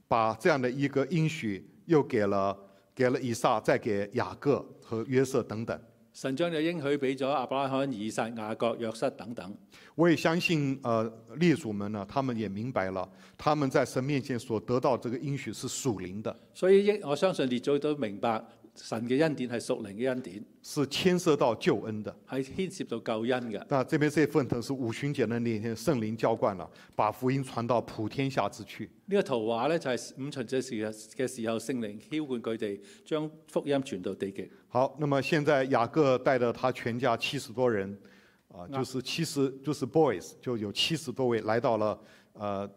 Speaker 1: 把这样的一个应许又给了给了以撒，再给雅各和约瑟等等。
Speaker 2: 神將就應許俾咗亞伯拉罕、以撒、雅各、約瑟等等。
Speaker 1: 我也相信，呃，列祖们呢，他们也明白了，他们在神面前所得到这个应许是属灵的，
Speaker 2: 所以應我相信列祖都明白神嘅恩典係屬靈嘅恩典，
Speaker 1: 是牵涉到救恩的。
Speaker 2: 係牽涉到救恩嘅。
Speaker 1: 那这边这份呢是五旬节的那天，圣灵浇灌了，把福音传到普天下之去。
Speaker 2: 呢、個圖畫呢，就係、五旬節時日嘅時候，聖靈澆灌佢哋，將福音傳到地極。
Speaker 1: 好，那么现在雅各带着他全家七十多人，啊、就是七十就是 boys，就有七十多位来到了呃，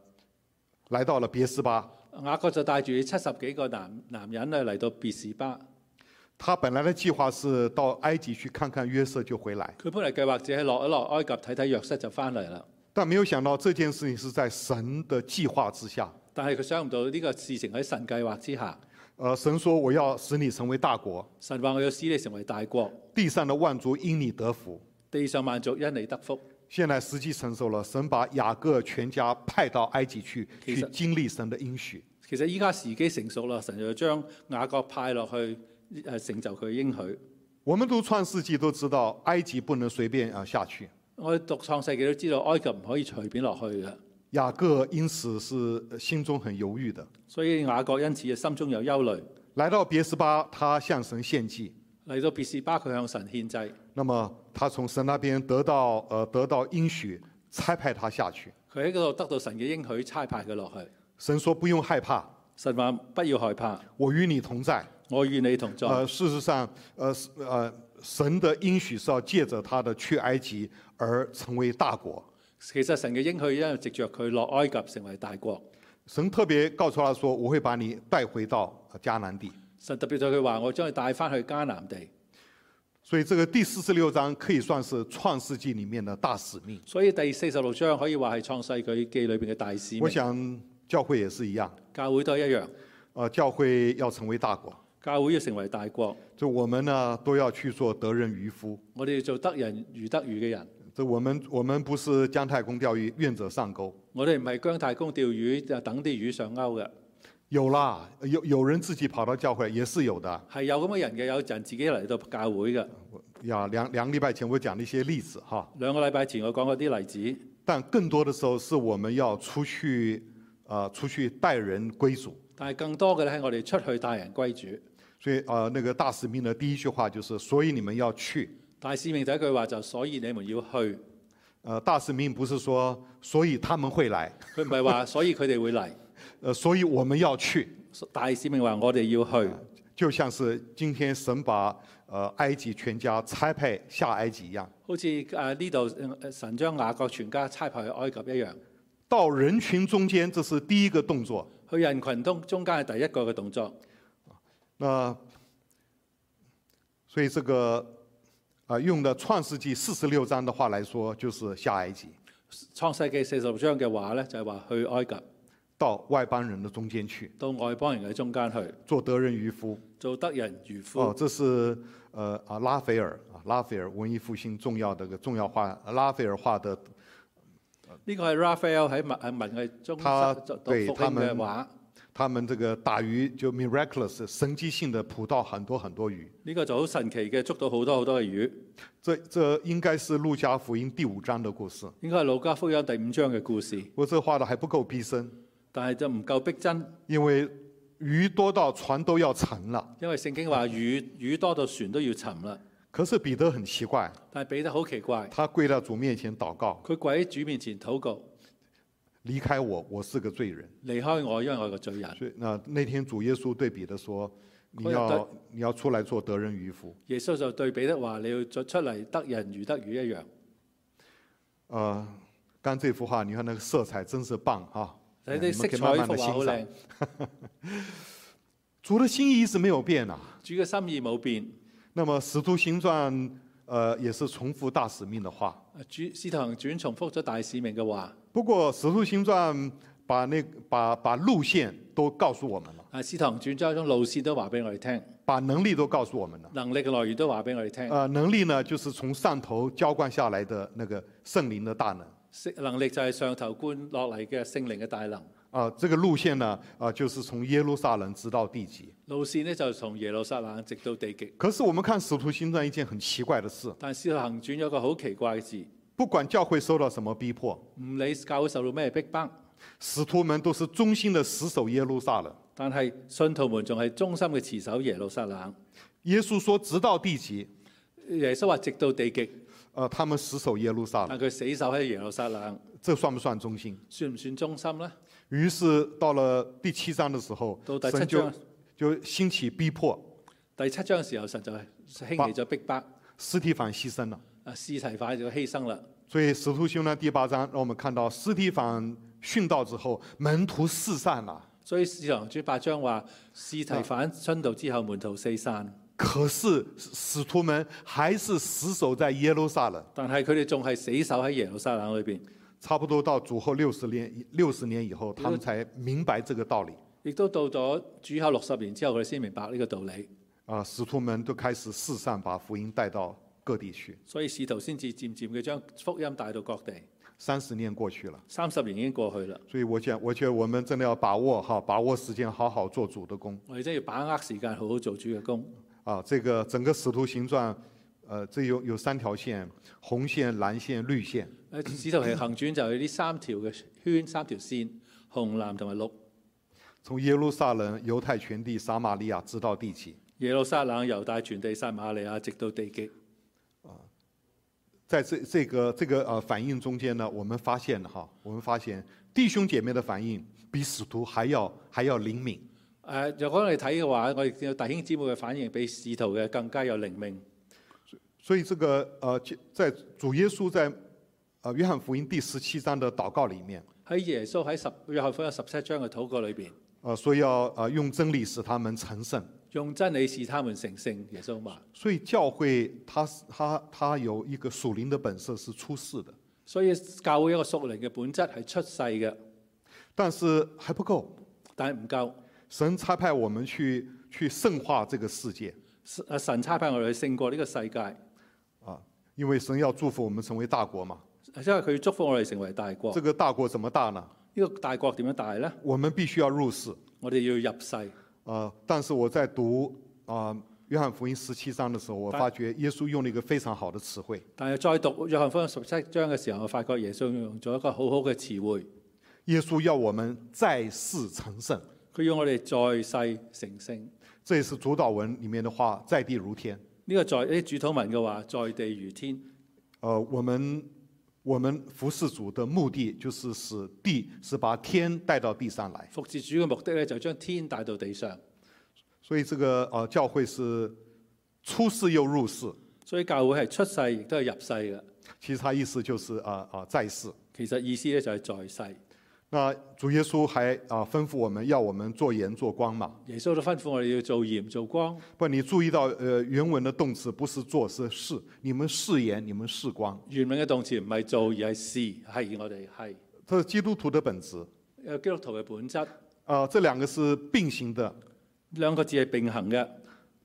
Speaker 1: 来到了别斯巴。
Speaker 2: 雅各就帶住七十幾個男男人咧嚟到別士巴，
Speaker 1: 他本来的计划是到埃及去看看约瑟就回来，
Speaker 2: 佢本嚟計劃只係落一落埃及睇睇約瑟就翻嚟啦，
Speaker 1: 但没有想到这件事情是在神的计划之下。
Speaker 2: 但係佢想唔到呢個事情喺神計劃之下，
Speaker 1: 呃，神说我要使你成为大国，
Speaker 2: 神話我要使你成為大國，
Speaker 1: 地上的万族因你得福。
Speaker 2: 地上萬族因你得福。
Speaker 1: 现在时机成熟了，神把雅各全家派到埃及去，
Speaker 2: 其
Speaker 1: 去
Speaker 2: 实
Speaker 1: 经历神的应许。
Speaker 2: 其實依家時機成熟啦，神就將雅各派落去誒成就佢嘅應許。
Speaker 1: 我们读创世纪都知道，埃及不能随便啊下去。
Speaker 2: 我哋讀創世紀都知道埃及唔可以隨便落去嘅，
Speaker 1: 雅各因此是呃心中很猶豫的。
Speaker 2: 所以雅各因此就心中有憂慮。
Speaker 1: 来到别斯巴，他向神献祭。
Speaker 2: 嚟到別士巴，佢向神獻祭，
Speaker 1: 那么他从神那边得到呃得到应许，差派他下去。
Speaker 2: 佢喺嗰度得到神嘅應許，差派佢落去。
Speaker 1: 神说不用害怕，
Speaker 2: 神話不要害怕，
Speaker 1: 我與你同在。
Speaker 2: 我與你同在。
Speaker 1: 呃，事实上，呃是呃，神的应许是要借着他的去埃及而成为大国。
Speaker 2: 其實神嘅應許因為藉着佢落埃及成為大國，
Speaker 1: 神特别告诉他说：“我会把你带回到呃迦南地。
Speaker 2: 神特別對佢話：我將你帶翻去迦南地。”
Speaker 1: 所以这个第四十六章可以算是创世纪里面的大使命。
Speaker 2: 所以第四十六章可以話係創世紀記裏邊嘅大使
Speaker 1: 我
Speaker 2: 命，
Speaker 1: 想教会也是一样，
Speaker 2: 教會都係一樣。
Speaker 1: 呃，教会要成为大国，
Speaker 2: 教會要成為大國，
Speaker 1: 就我们呢都要去做得人渔夫。
Speaker 2: 我哋要做得人如得魚嘅人。
Speaker 1: 这我们我们不是姜太公钓鱼，愿者上钩。
Speaker 2: 我哋唔係姜太公釣魚就等啲魚上鈎嘅，
Speaker 1: 有啦，有有人自己跑到教会也是有的。
Speaker 2: 係有咁嘅人嘅，有人自己嚟到教會嘅。
Speaker 1: 我呀，两两个礼拜前我讲了一些例子哈，
Speaker 2: 兩個禮拜前我講過啲例子，
Speaker 1: 但更多的时候是我们要出去，呃，出去带人归主。
Speaker 2: 但係更多嘅咧，我哋出去帶人歸主。
Speaker 1: 所以呃，那个大使命的第一句话就是，所以你们要去。
Speaker 2: 大使命第一句話就所以你們要去，
Speaker 1: 呃，大使命不是说，所以他们会来，
Speaker 2: 佢唔係話所以佢哋會嚟， <laughs>
Speaker 1: 呃，所以我们要去。
Speaker 2: 大使命話我哋要去，
Speaker 1: 就像是今天神把呃埃及全家差派下埃及一样，
Speaker 2: 好似誒呢度呃神將雅各全家差派去埃及一樣。
Speaker 1: 到人群中间，这是第一个动作。
Speaker 2: 去人群中中間係第一個嘅動作，
Speaker 1: 那所以这个啊、呃用的《创世纪四十六章的话来说，就是下埃及，
Speaker 2: 創世記四十六章嘅話咧，就係話去埃及，
Speaker 1: 到外邦人的中间去，
Speaker 2: 到外邦人嘅中間去，
Speaker 1: 做得人渔夫。
Speaker 2: 做得人漁夫。
Speaker 1: 哦，这是呃啊拉斐尔啊拉斐尔文艺复兴重要的一个重要画拉斐尔画的
Speaker 2: 呢個係 Raphael 喺文喺文藝中
Speaker 1: 他
Speaker 2: 心讀
Speaker 1: 對
Speaker 2: 復
Speaker 1: 他
Speaker 2: 興嘅
Speaker 1: 們
Speaker 2: 畫，
Speaker 1: 他们这个打鱼就 miraculous 神迹性的捕到很多很多鱼。
Speaker 2: 呢、個就好神奇嘅，捉到好多好多嘅魚。
Speaker 1: 这这应该是路加福音第五章的故事。
Speaker 2: 應該係《路加福音》第五章嘅故事，
Speaker 1: 我这画的还不够逼真，
Speaker 2: 但係就唔夠逼真，
Speaker 1: 因为鱼多到船都要沉了。
Speaker 2: 因為聖經話魚魚多到船都要沉啦。
Speaker 1: 可是彼得很奇怪，
Speaker 2: 但係彼得好奇怪，
Speaker 1: 他跪到主面前祷告
Speaker 2: 佢跪喺主面前禱告，：“
Speaker 1: 离开我，我是个罪人。
Speaker 2: 離開我，因為我係個罪人。”
Speaker 1: 所以那那天主耶稣对彼得说：“你
Speaker 2: 我要
Speaker 1: 要你要出来做得人渔夫。
Speaker 2: 耶穌就對彼得話：你要出出嚟得人如得魚一樣。”
Speaker 1: 呃，刚这幅画，你看那个色彩真是棒啊！
Speaker 2: 睇
Speaker 1: 你们可
Speaker 2: 啲色
Speaker 1: 以
Speaker 2: 彩
Speaker 1: 慢慢
Speaker 2: 幅
Speaker 1: 的
Speaker 2: 畫好
Speaker 1: 欣赏
Speaker 2: 靚。，
Speaker 1: 主的心意一直没有變啊。
Speaker 2: 主嘅心意冇變。
Speaker 1: 那么《使徒行传》呃也是重复大使命的话，
Speaker 2: 主使徒行傳重複咗大使命嘅話，
Speaker 1: 不过《使徒行传》把那把把路线都告诉我们了，
Speaker 2: 啊使徒行傳將一種路線都話俾我哋聽，
Speaker 1: 把能力都告诉我们了。
Speaker 2: 能力嘅來源都話俾我哋聽。
Speaker 1: 呃，能力呢，就是从上头浇灌下来的那个圣灵的大能
Speaker 2: 識能力就係上頭灌落嚟嘅聖靈嘅大能。
Speaker 1: 啊、这个路线呢，啊、就是从耶路撒冷直到地极。
Speaker 2: 路線呢，就從耶路撒冷直到地極。
Speaker 1: 可是我们看《使徒行传》一件很奇怪的事，
Speaker 2: 但使徒行傳有一個好奇怪嘅字，
Speaker 1: 不管教会受到什么逼迫，
Speaker 2: 唔理教會受到咩逼迫，
Speaker 1: 使徒们都是忠心的死守耶路撒冷。
Speaker 2: 但係信徒們仲係忠心嘅持守耶路撒冷。
Speaker 1: 耶稣说：“直到地极。
Speaker 2: 耶穌話直到地極，”
Speaker 1: 呃，他们死守耶路撒冷。
Speaker 2: 但佢死守喺耶路撒冷，
Speaker 1: 这算不算忠心？
Speaker 2: 算唔算忠心呢？
Speaker 1: 于是到了第七章的时候
Speaker 2: 到，第七
Speaker 1: 神就
Speaker 2: 章，
Speaker 1: 就兴起逼迫，
Speaker 2: 第七章嘅時候，神就係興起咗逼迫，
Speaker 1: 斯提凡牺牲了。
Speaker 2: 啊司提反就犧牲啦。
Speaker 1: 所以《使徒行传》第八章让我们看到斯提凡殉道之后，门徒四散了。
Speaker 2: 所以使徒行傳八章話：司提反殉道之後，門徒四散，
Speaker 1: 可是使徒们还是死守在耶路撒冷，
Speaker 2: 但係佢哋仲係死守喺耶路撒冷裏邊。
Speaker 1: 差不多到主后六十年六十年以后，他们才明白这个道理
Speaker 2: 亦都到咗主後六十年之後，佢哋先明白呢個道理，
Speaker 1: 啊！使徒们都开始四散，把福音带到各地去。
Speaker 2: 所以使徒先至漸漸嘅將福音帶到各地。
Speaker 1: 三十年过去了。
Speaker 2: 三十年已經過去啦，
Speaker 1: 所以我想，我觉得我们真的要把握哈，把握时间，好好做主的工
Speaker 2: 我哋真係要把握時間，好好做主嘅工。
Speaker 1: 啊。这个整个《使徒行传》，呃，这有有三条线：红线、蓝线、绿线。
Speaker 2: 誒使徒行傳就係呢三條嘅圈、三條線，紅、藍同埋綠。
Speaker 1: 从耶路撒冷、犹太全地、撒玛利亚直到地极，
Speaker 2: 耶路撒冷、猶大、全地、撒瑪利亞，直到地極。
Speaker 1: 在这这个这个呃反应中间呢，我们发现哈，我们发现弟兄姐妹的反应比使徒还要还要灵敏。
Speaker 2: 誒、若果我哋睇嘅話，我哋見到弟兄姊妹嘅反應比使徒嘅更加有靈命。
Speaker 1: 所以这个呃，就在主耶稣在呃约翰福音第十七章的祷告里面，
Speaker 2: 喺耶穌喺十約翰福音十七章嘅禱告裏邊，
Speaker 1: 呃，说要呃用真理使他们成圣。
Speaker 2: 用真理使他們成聖。耶穌話。
Speaker 1: 所以教会它是它它有一个属灵的本色是出世的，
Speaker 2: 所以教會一個屬靈嘅本質係出世嘅，
Speaker 1: 但是还不够。
Speaker 2: 但係唔夠。
Speaker 1: 神差派我们去去圣化这个世界
Speaker 2: 神啊神差派我哋去勝過呢個世界，
Speaker 1: 啊，因为神要祝福我们成为大国嘛。
Speaker 2: 因為佢祝福我哋成為大國。
Speaker 1: 这個大国怎么大呢？
Speaker 2: 呢、個大國點樣大呢？
Speaker 1: 我们必须要入世
Speaker 2: 我哋要入世。
Speaker 1: 啊。但是我在读啊、约翰福音十七章的时候，我
Speaker 2: 但
Speaker 1: 发觉耶稣用了一个非常好的词汇，
Speaker 2: 但係再讀約翰福音十七章嘅時候，我發覺耶穌用咗一個好好嘅詞彙，
Speaker 1: 耶穌要我们在世成圣，
Speaker 2: 佢要我哋在世成聖。
Speaker 1: 这也是主导文里面的话，在地如天。
Speaker 2: 呢、個在呢啲主禱文嘅話，在地如天。
Speaker 1: 呃，我们我们服侍主的目的就是使地是把天带到地上来，
Speaker 2: 服侍主嘅目的咧，就將天帶到地上。
Speaker 1: 所以这个呃教会是出世又入世，
Speaker 2: 所以教會係出世亦都係入世嘅。
Speaker 1: 其实它意思就是啊啊在世。
Speaker 2: 其實意思咧就係在世。
Speaker 1: 那主耶稣还啊吩咐我们要我们做盐做光嘛。
Speaker 2: 耶穌都吩咐我哋要做鹽做光。
Speaker 1: 不，你注意到呃原文的动词不是做是是，你们是盐，你们是光，
Speaker 2: 原文嘅動詞唔係做而係是，係我哋係
Speaker 1: 这是基督徒的本质。
Speaker 2: 有基督徒嘅本質。
Speaker 1: 啊、这兩個是並行的。
Speaker 2: 兩個字係並行嘅。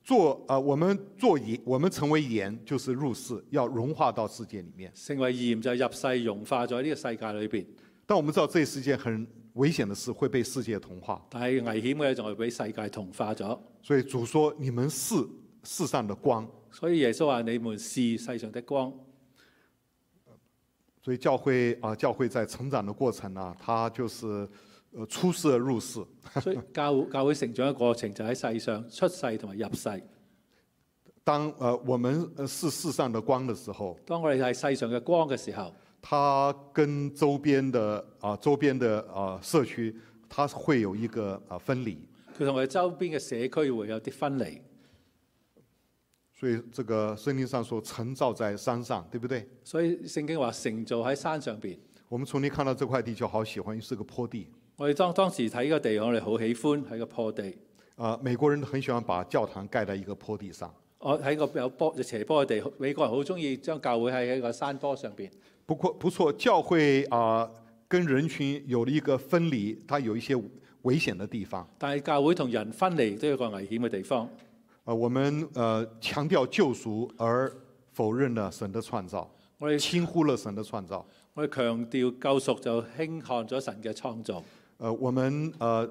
Speaker 1: 做啊、我們做盐，我們成為盐就是入世，要融化到世界裡面。
Speaker 2: 成為鹽就係入世融化咗喺呢個世界裏邊，
Speaker 1: 但我們知道这是一件很危險的事，會被世界同化。
Speaker 2: 但係危險嘅就係俾世界同化咗。
Speaker 1: 所以主說：你們是世上的光。
Speaker 2: 所以耶穌話：你們是世上的光。
Speaker 1: 所以教會啊、教會在成長的過程呢、它就是呃出世而入世。
Speaker 2: 所以教 <laughs> 教會成長嘅過程就喺世上出世同埋入世。
Speaker 1: 當呃我們呃是世上的光的時候，
Speaker 2: 當我哋係世上嘅光嘅時候，
Speaker 1: 它跟周邊的啊、周邊的啊、社區，它會有一個啊、分離。
Speaker 2: 佢同我哋周邊嘅社區會有啲分離。
Speaker 1: 所以这个圣经上说城造在山上，对不对？
Speaker 2: 所以聖經話成就喺山上邊。
Speaker 1: 我们从你看到这块地就好喜欢，因为是个坡地。
Speaker 2: 我哋當當時睇個地，我哋好喜歡喺個坡地，
Speaker 1: 啊、美国人很喜欢把教堂盖在一个坡地上。
Speaker 2: 我喺個有坡斜坡嘅地，美國人好中意將教會喺一個山坡上邊。
Speaker 1: 不过不错，教会啊、跟人群有了一个分离，它有一些危险的地方。
Speaker 2: 但係教會同人分離都有一個危險嘅地方。
Speaker 1: 啊，我们呃强调救赎，而否认了神的创造，
Speaker 2: 我哋
Speaker 1: 轻忽了神的创造。
Speaker 2: 我哋強調救贖就輕看咗神嘅創造。
Speaker 1: 呃，我们呃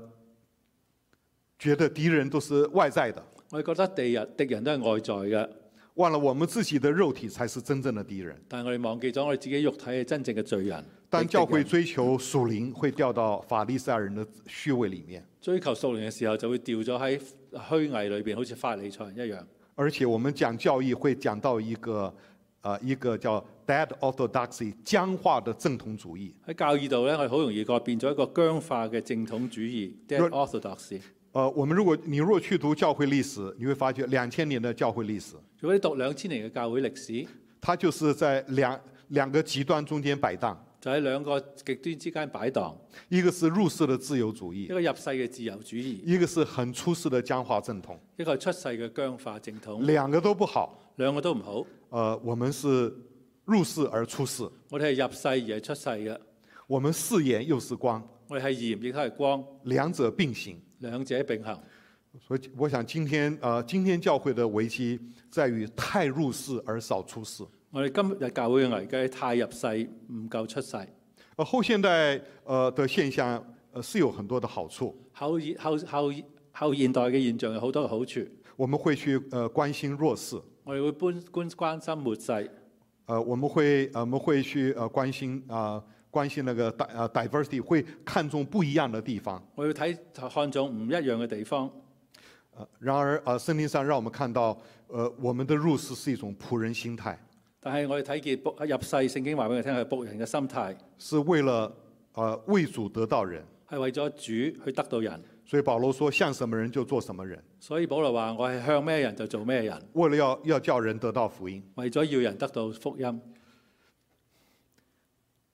Speaker 1: 觉得敌人都是外在的，
Speaker 2: 我哋覺得地人敵人都係外在嘅，
Speaker 1: 忘了我们自己的肉体才是真正的敵人。
Speaker 2: 但係我哋忘記咗我哋自己肉體係真正嘅罪人。
Speaker 1: 当教
Speaker 2: 敵
Speaker 1: 会
Speaker 2: 人
Speaker 1: 追求属灵，会掉到法利赛人的虚伪里面。
Speaker 2: 追求數年嘅時候，就會掉咗喺虛偽裏邊，好似法利賽人一樣。
Speaker 1: 而且我们讲教义，会讲到一个，呃，一个叫 dead orthodoxy 僵化的正统主义。
Speaker 2: 喺教義度咧，我哋好容易個變咗一個僵化嘅正統主義 （dead orthodoxy）。
Speaker 1: 呃，我们如果你如果去读教会历史，你会发觉两千年的教会历史，
Speaker 2: 如果你讀兩千年嘅教會歷史，
Speaker 1: 它就是在两两个极端中间摆荡，
Speaker 2: 就喺兩個極端之間擺盪，
Speaker 1: 一个是入世的自由主
Speaker 2: 一
Speaker 1: 义，
Speaker 2: 個入世嘅自由主義，
Speaker 1: 一个是很出世的僵化正统，
Speaker 2: 一個係出世嘅僵化正統，
Speaker 1: 两个都不好。
Speaker 2: 兩個都唔好。
Speaker 1: 呃，我们是入世而出世，
Speaker 2: 我哋係入世而係出世嘅，
Speaker 1: 我们是盐又是光，
Speaker 2: 我哋係鹽亦都係光，
Speaker 1: 两者并行。
Speaker 2: 兩者並行。
Speaker 1: 所以我想今天呃，今天教会的危机在于太入世而少出世。
Speaker 2: 我哋今日教會嘅危機太入世，唔夠出世。
Speaker 1: 呃，后现代呃的现象呃是有很多的好处，
Speaker 2: 後現後後後現代嘅現象有好多嘅好處。
Speaker 1: 我们會去呃关心弱势，
Speaker 2: 我哋會搬關關心末世，
Speaker 1: 呃我们会呃我们会去呃关心啊、呃关心那个 di 呃 diversity，会看重不一样的地方。
Speaker 2: 我要睇看重唔一樣嘅地方。
Speaker 1: 呃，然而呃圣经上让我们看到呃我们的入世是一種仆人心态，
Speaker 2: 但係我哋睇見僕入世，聖經話俾我聽係僕人嘅心態，
Speaker 1: 是为了呃为主得到人。
Speaker 2: 係為咗主去得到人。
Speaker 1: 所以保罗說像什么人就做什么人，
Speaker 2: 所以保羅話：我係向咩人就做咩人，
Speaker 1: 为了要要叫人得到福音。
Speaker 2: 為咗要人得到福音。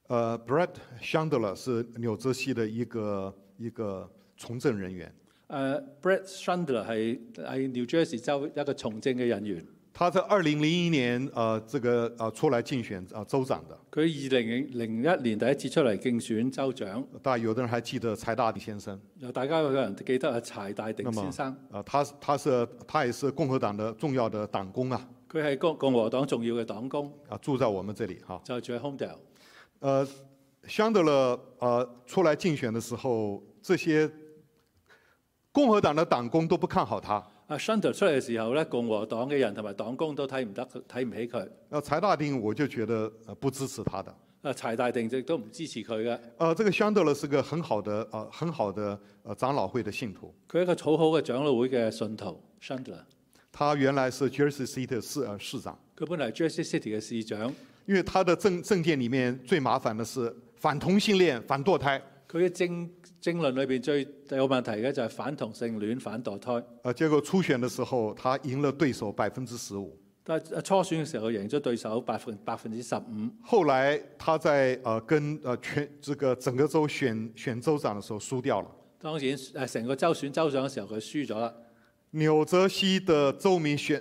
Speaker 1: 呃，Brett Chandler 是纽泽西的一个一个从政人员，
Speaker 2: 誒、b r e t t Chandler 係喺 New Jersey 州一個從政嘅人員，
Speaker 1: 他在二零零一年呃这个呃出来竞选啊、呃州长的，
Speaker 2: 佢二零零一年第一次出嚟競選州長，
Speaker 1: 大家有的人还记得柴大迪先生，
Speaker 2: 有大家有人記得阿柴大定先生，
Speaker 1: 呃，他是他是他也是共和党的重要的党工啊
Speaker 2: 佢係共共和黨重要嘅黨工，
Speaker 1: 啊、住在我们这里哈、
Speaker 2: 就住喺 Homedale。
Speaker 1: 呃，香德勒呃出来竞选的时候，这些共和党的党工都不看好他，
Speaker 2: 阿 Chandler 出嚟嘅時候咧，共和黨嘅人同埋黨工都睇唔得，睇唔起佢。
Speaker 1: 那呃柴大丁我就觉得呃不支持他的。
Speaker 2: 阿柴大定亦都唔支持佢嘅，
Speaker 1: 呃，这个香德勒是个很好的呃很好的呃长老会的信徒，
Speaker 2: 佢係一個好好嘅長老會嘅信徒 Chandler。
Speaker 1: 他原来是 Jersey City 的市呃市长，
Speaker 2: 佢本嚟係 Jersey City 嘅市長，
Speaker 1: 因为他的政政见里面最麻烦的是反同性恋、反堕胎。
Speaker 2: 佢嘅政政論裏邊最有問題嘅就係反同性戀、反墮胎。
Speaker 1: 呃，结果初选的时候，他赢了对手百分之十五。
Speaker 2: 但係呃初選嘅時候贏咗對手百分百分之十五。
Speaker 1: 后来他在呃跟呃全这个整个州选选州长的时候输掉了。
Speaker 2: 當然誒，成個州選州長嘅時候佢輸咗啦。
Speaker 1: 纽泽西的州民选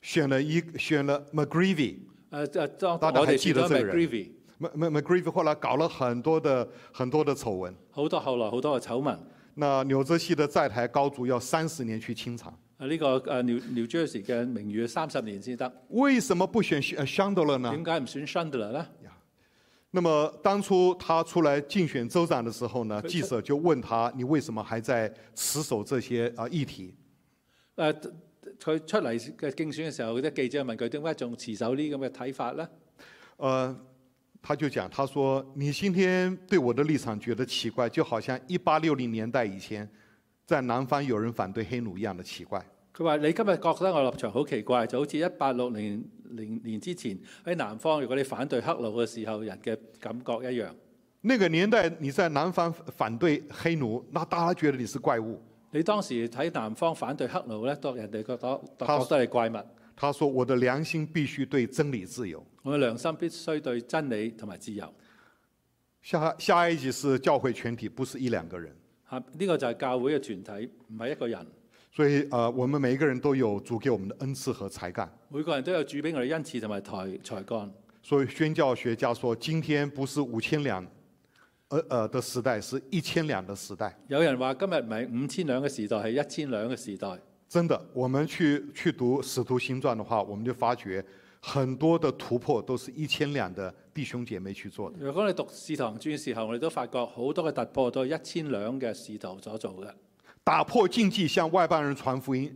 Speaker 1: 选了一选了 McGreevy。
Speaker 2: 誒誒，呃當
Speaker 1: 大家
Speaker 2: 我
Speaker 1: 還
Speaker 2: 哋
Speaker 1: 記
Speaker 2: 選
Speaker 1: 得
Speaker 2: 咗
Speaker 1: 這個人
Speaker 2: m c g r e v y
Speaker 1: m m McGreevy 后来搞了很多的很多的丑闻。
Speaker 2: 好多後來好多嘅醜聞。
Speaker 1: 那纽泽西的在台高足要三十年去清场，
Speaker 2: 啊！呢、個誒 New New Jersey 嘅名譽三十年先得，
Speaker 1: 为什么不选 Sh- 呃 Chandler 呢？
Speaker 2: 點解唔選 Chandler 咧？
Speaker 1: 那么当初他出来竞选州长的时候呢，记者就问他：“你为什么还在持守这些啊议题
Speaker 2: 誒佢出嚟嘅競選嘅時候，啲記者問佢點解仲持守呢咁嘅睇法咧？？”
Speaker 1: 呃，他就讲，他说：“你今天对我的立场觉得奇怪，就好像一八六零年代以前，在南方有人反对黑奴一样的奇怪。
Speaker 2: 佢話：你今日覺得我立場好奇怪，就好似一八六零年年之前喺南方，如果你反對黑奴嘅時候，人嘅感覺一樣。
Speaker 1: 那个年代你在南方反对黑奴，那大家觉得你是怪物。
Speaker 2: 你當時喺南方反對黑奴咧，當人哋覺得
Speaker 1: 他
Speaker 2: 覺得你怪物。
Speaker 1: 他说：“我的良心必须對真理自由。
Speaker 2: 我嘅良心必須對真理同埋自由。
Speaker 1: 下”下埃及是教会全体，不是一两个人。
Speaker 2: 嚇，呢個就係教會嘅團體，唔係一個人。
Speaker 1: 所以呃，我们每一个人都有主给我们的恩赐和才干。
Speaker 2: 每個人都有主俾我哋恩賜同埋才才幹。
Speaker 1: 所以宣教学家说，今天不是五千两，呃呃的时代，是一千两的时代。
Speaker 2: 有人話今日唔係五千兩嘅時代，係一千兩嘅時代。
Speaker 1: 真的，我们去去读《使徒行传》的话，我们就发觉很多的突破都是一千两的弟兄姐妹去做的。
Speaker 2: 如果你讀《使徒行傳》嘅時候，我哋都發覺好多嘅突破都係一千兩嘅使徒所做嘅。
Speaker 1: 打破禁忌，向外邦人传福音，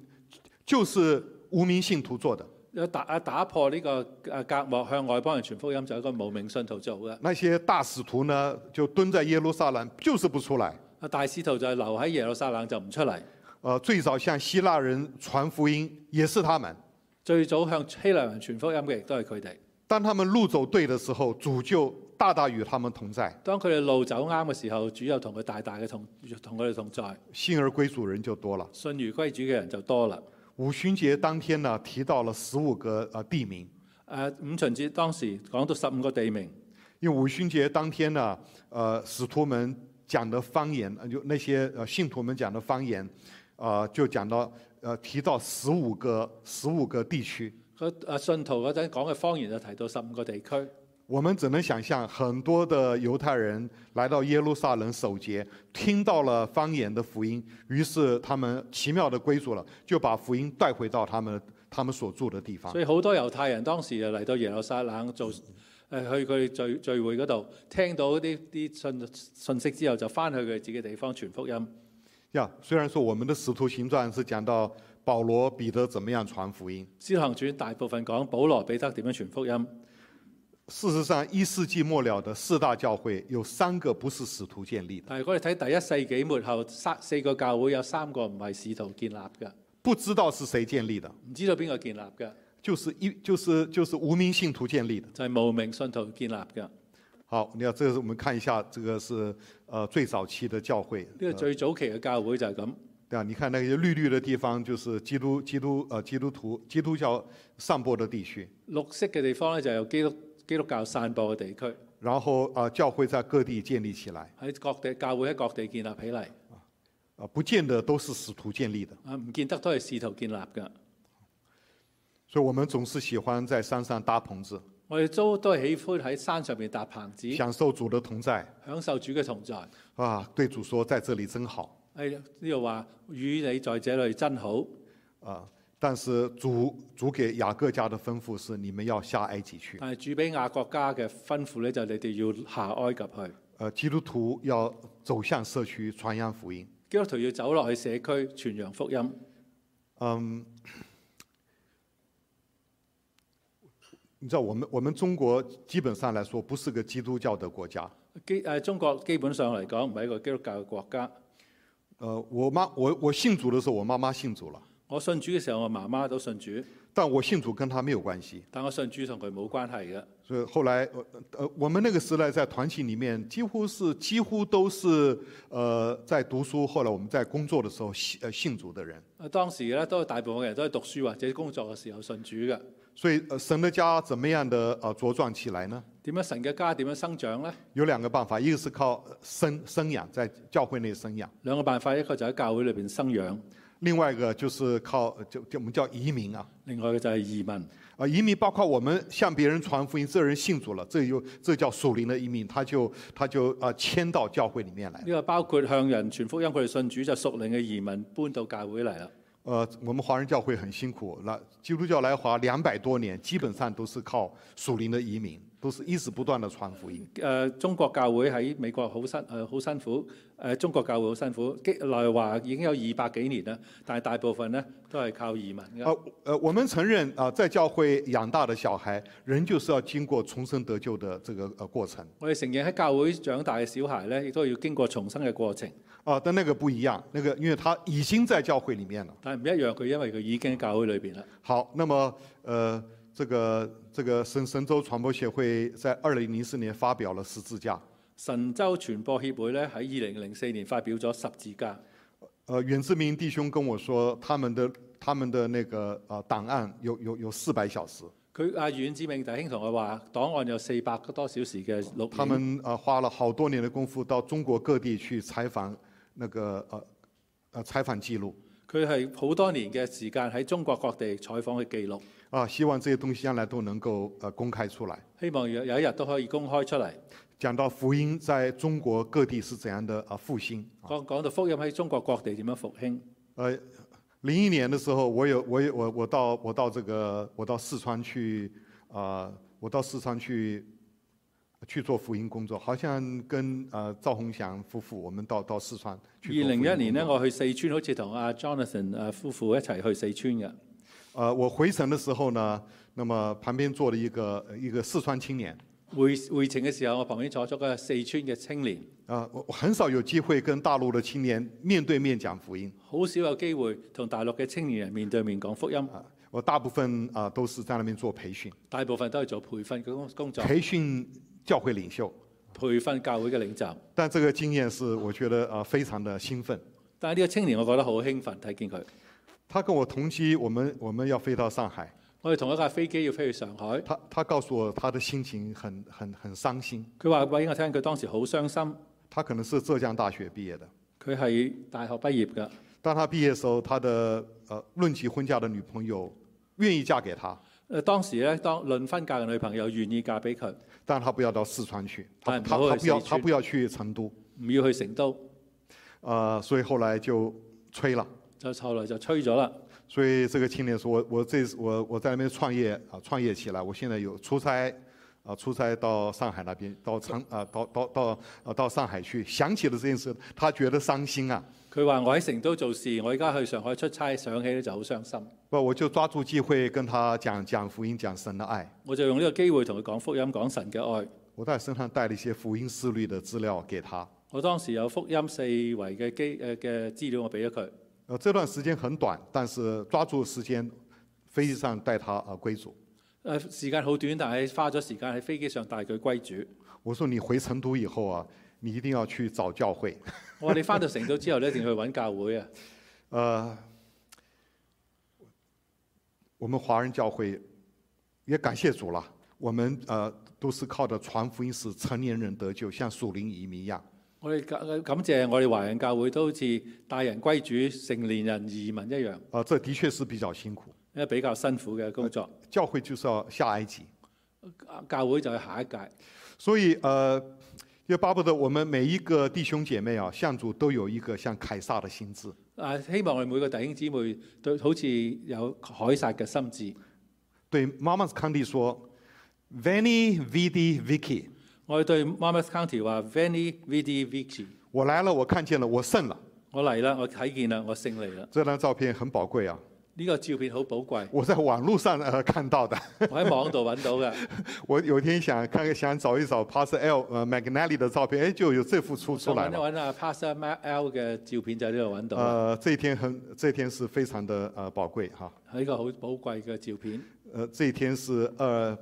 Speaker 1: 就是无名信徒做的。
Speaker 2: 有打啊打破呢個誒隔膜，向外幫人傳福音，就係一個無名信徒做嘅。
Speaker 1: 那些大使徒呢，就蹲在耶路撒冷，就是不出来。
Speaker 2: 啊大使徒就係留喺耶路撒冷就唔出嚟。
Speaker 1: 呃，最早向希腊人传福音也是他们。
Speaker 2: 最早向希臘人傳福音嘅亦都係佢哋。
Speaker 1: 当他们路走对的时候，主就大大与他们同在，
Speaker 2: 當佢哋路走啱嘅時候，主又同佢大大嘅同同佢哋同在。
Speaker 1: 信而归主人就多了。
Speaker 2: 信如歸主嘅人就多啦。
Speaker 1: 五旬节当天呢，提到了十五个呃地名，
Speaker 2: 誒、啊五旬節當時講到十五個地名，
Speaker 1: 因为五旬节当天呢，呃，使徒们讲的方言，呃就那些呃信徒们讲的方言，呃，就讲到呃提到十五个十五个地区。
Speaker 2: 個誒啊信徒嗰陣講嘅方言就提到十五個地區。
Speaker 1: 我们只能想象，很多的犹太人来到耶路撒冷守节，听到了方言的福音，于是他们奇妙的归主了，就把福音带回到他们他们所住的地方。
Speaker 2: 所以好多猶太人當時就嚟到耶路撒冷做誒、呃去佢哋聚聚會嗰度，聽到啲啲信信息之後，就翻去佢自己地方傳福音。
Speaker 1: 呀，虽然说我们的使徒行传是讲到保罗、彼得怎么样传福音，
Speaker 2: 使徒行傳大部分講保羅、彼得點樣傳福音。
Speaker 1: 事实上一世纪末了的四大教会有三个不是使徒建立的，
Speaker 2: 但係如果你睇第一世紀末後，三四個教會有三個唔係使徒建立嘅，
Speaker 1: 不知道是谁建立的，
Speaker 2: 唔知道邊個建立嘅，
Speaker 1: 就是一就是就是无名信徒建立的。
Speaker 2: 就係、無名信徒建立嘅。
Speaker 1: 好，你看，这是我们看一下，这个是呃最早期的教会，
Speaker 2: 呢個最早期嘅教會就係咁。
Speaker 1: 对啊，你看那些绿绿的地方，就是基督基督呃基督徒基督教散播的地区，
Speaker 2: 綠色嘅地方咧就係有基督基督教散播嘅地區，
Speaker 1: 然后啊、呃教会在各地建立起来
Speaker 2: 喺各地教會喺各地建立起嚟。
Speaker 1: 啊、呃不見得都是使徒建立的，
Speaker 2: 啊，唔見得都係試圖建立㗎。
Speaker 1: 所以我们总是喜欢在山上搭棚子，
Speaker 2: 我哋都都係喜歡喺山上面搭棚子，
Speaker 1: 享受主的同在
Speaker 2: 享受主嘅同在。
Speaker 1: 啊，对主说在这里真好
Speaker 2: 喺呢度話與你在這裏真好，
Speaker 1: 啊、但是主主给雅各家的吩咐是你们要下埃及去，
Speaker 2: 但係主俾雅各家嘅吩咐咧，就係你哋要下埃及去。
Speaker 1: 呃，基督徒要走向社区传扬福音。
Speaker 2: 基督徒要走落去社區傳揚福音。
Speaker 1: 嗯，你知道我们我们中国基本上来说不是个基督教的国家。
Speaker 2: 基誒、中國基本上嚟講唔係一個基督教嘅國家。
Speaker 1: 呃，我妈我我信主的时候，我妈妈信主了。
Speaker 2: 我信主嘅時候，我媽媽都信主，
Speaker 1: 但我信主跟他沒有關係。
Speaker 2: 但我信主同佢冇關係嘅。
Speaker 1: 所以后来，呃呃，我们那个时代在团体里面，几乎是几乎都是呃在读书，后来我们在工作的时候信呃信主的人。
Speaker 2: 啊，當時咧都係大部分嘅人都係讀書或者工作嘅時候信主嘅。
Speaker 1: 所以，呃，神的家怎么样的呃茁壮起來呢？
Speaker 2: 點樣神嘅家點樣生長呢？
Speaker 1: 有两个办法，一个是靠生生养，在教会内生养；
Speaker 2: 兩個辦法，一個就喺教會裏邊生養，
Speaker 1: 另外一个就是靠呃就就我们叫移民啊，
Speaker 2: 另外嘅就係移民。
Speaker 1: 啊，移民包括我们向别人传福音，这人信主了，这又这叫属灵的移民，他就他就啊、呃迁到教会里面来。
Speaker 2: 呢個包括向人傳福音，佢哋信主就屬靈嘅移民搬到教會嚟啦。
Speaker 1: 呃，我们华人教会很辛苦，来基督教来华两百多年，基本上都是靠属灵的移民，都是一直不断的传福音。
Speaker 2: 誒、呃中國教會喺美國好辛誒好辛苦，誒、呃中國教會好辛苦。基內華已經有二百幾年啦，但係大部分咧都係靠移民嘅。
Speaker 1: 呃呃，我们承认啊、呃在教会养大的小孩，人就是要经过重生得救的这个呃过程
Speaker 2: 我哋承認喺教會長大嘅小孩咧，亦都要經過重生嘅過程，
Speaker 1: 啊、但那个不一样，那个因为他已经在教会里面了。
Speaker 2: 但係唔一樣。佢因為佢已經喺教會裏邊啦。
Speaker 1: 好，那么呃，这个这个神神州传播协会在二零零四年发表了十字架，
Speaker 2: 神州傳播協會咧喺二零零四年發表咗十字架。
Speaker 1: 呃，袁志明弟兄跟我说，他们的他们的那个呃档案有有有四百小时，
Speaker 2: 佢阿阮志明弟兄同我話，檔案有四百多小時嘅錄
Speaker 1: 他
Speaker 2: 影。
Speaker 1: 们呃花了好多年的功夫到中国各地去采访那个呃呃采访记录
Speaker 2: 佢係好多年嘅時間喺中國各地採訪嘅記錄，
Speaker 1: 啊、希望这些东西将来都能够呃公开出来。
Speaker 2: 希望有有一日都可以公開出嚟。
Speaker 1: 讲到福音在中国各地是怎样的呃复兴，
Speaker 2: 講講到福音喺中國各地點樣復興。
Speaker 1: 呃，零一年的时候，我有我有我我到我到这个我到四川去啊、呃我到四川去去做福音工作，好像跟呃赵洪祥夫妇，我们到到四川
Speaker 2: 二
Speaker 1: 去做福
Speaker 2: 零
Speaker 1: 音
Speaker 2: 一
Speaker 1: 工作
Speaker 2: 年呢，，我去四川，好似同阿 Jonathan 啊夫婦一齊去四川嘅。
Speaker 1: 呃，我回程的时候呢，那么旁边坐了一个一个四川青年，
Speaker 2: 回回程嘅時候，我旁邊坐咗個四川嘅青年，
Speaker 1: 啊、我我很少有机会跟大陆的青年面对面讲福音，
Speaker 2: 好少有機會同大陸嘅青年人面對面講福音，
Speaker 1: 啊、我大部分啊、都是在那边做培训，
Speaker 2: 大部分都係做培訓嘅工工作，
Speaker 1: 培训教会领袖，
Speaker 2: 培訓教會嘅領袖。
Speaker 1: 但这个经验是我觉得呃非常的兴奋。
Speaker 2: 但係呢個青年，我覺得好興奮，睇見佢。
Speaker 1: 他跟我同期，我们我们要飞到上海。
Speaker 2: 我哋同一架飛機要飛去上海，
Speaker 1: 他他告诉我他的心情很很很伤心。
Speaker 2: 佢話俾我聽，佢當時好傷心。
Speaker 1: 他可能是浙江大学毕业的，
Speaker 2: 佢係大學畢業㗎，
Speaker 1: 当他毕业的时候，他的呃论及婚嫁的女朋友愿意嫁给他，
Speaker 2: 誒當時咧，當論婚嫁嘅女朋友願意嫁俾佢，
Speaker 1: 但他不要到四川去，他
Speaker 2: 但
Speaker 1: 他
Speaker 2: 不会
Speaker 1: 他不要
Speaker 2: 四
Speaker 1: 他
Speaker 2: 川
Speaker 1: 不要去成都，
Speaker 2: 唔要去成都，
Speaker 1: 呃，所以後來就吹了。
Speaker 2: 就後來就吹咗啦。
Speaker 1: 所以这个青年说，我我这次我我在那边创业啊，创业起来，我现在有出差。啊，出差到上海那边，到长啊，到到到啊，到上海去，想起了这件事，他觉得伤心啊。
Speaker 2: 佢話：我喺成都做事，我而家去上海出差，想起咧就好傷心。
Speaker 1: 不，我就抓住机会跟他讲講福音，講神的愛。
Speaker 2: 我就用呢個機會同佢講福音，講神嘅愛。
Speaker 1: 我在身上帶了一些福音思律的資料給他。
Speaker 2: 我當時有福音四圍嘅機誒嘅資料，我俾咗佢。
Speaker 1: 呃，這段時間很短，但是抓住時間，飛機上帶他呃歸主。
Speaker 2: 誒時間好短，但係花咗時間喺飛機上帶佢歸主。
Speaker 1: 我說你回成都以後啊，你一定要去找教會。
Speaker 2: 我話你翻到成都之後咧，一定要去揾教會啊！
Speaker 1: 呃，我們華人教會也感謝主了，我們呃都是靠着傳福音使成年人得救，像屬靈移民一樣。
Speaker 2: 我哋感感謝我哋華人教會都好似帶人歸主、成年人移民一樣，
Speaker 1: 啊，這的確是比較辛苦。
Speaker 2: 因為比較辛苦嘅工作。啊
Speaker 1: 教會就是要下埃及。
Speaker 2: 教會就係下一屆。
Speaker 1: 所以呃，也巴不得我们每一个弟兄姐妹啊，向主都有一个像凯撒的心智。
Speaker 2: 啊，希望我哋每個弟兄姊妹對好似有凱撒嘅心智。
Speaker 1: 对妈妈康蒂说，Veni vidi vici，
Speaker 2: 我哋對 Mamas County 話 Veni Vidi Vici，
Speaker 1: 我来了，我看见了，我胜了。
Speaker 2: 我嚟啦，我睇見啦，我勝利啦。
Speaker 1: 这张照片很宝贵啊，，
Speaker 2: 呢、個照片好寶貴
Speaker 1: 我在网络上呃看到的。
Speaker 2: 我喺網度揾到嘅。
Speaker 1: 我有一天想看想找一找 Pastor L 呃 McNally 的照片，哎，就有这幅出出
Speaker 2: 就
Speaker 1: 来
Speaker 2: 揾一
Speaker 1: 了。
Speaker 2: 揾啊 Pastor Mark L 嘅照片就喺呢度揾到啦，
Speaker 1: 呃，这一天很，这一天是非常的呃宝贵哈。
Speaker 2: 係一個好寶貴嘅照片。
Speaker 1: 呃，这一天是二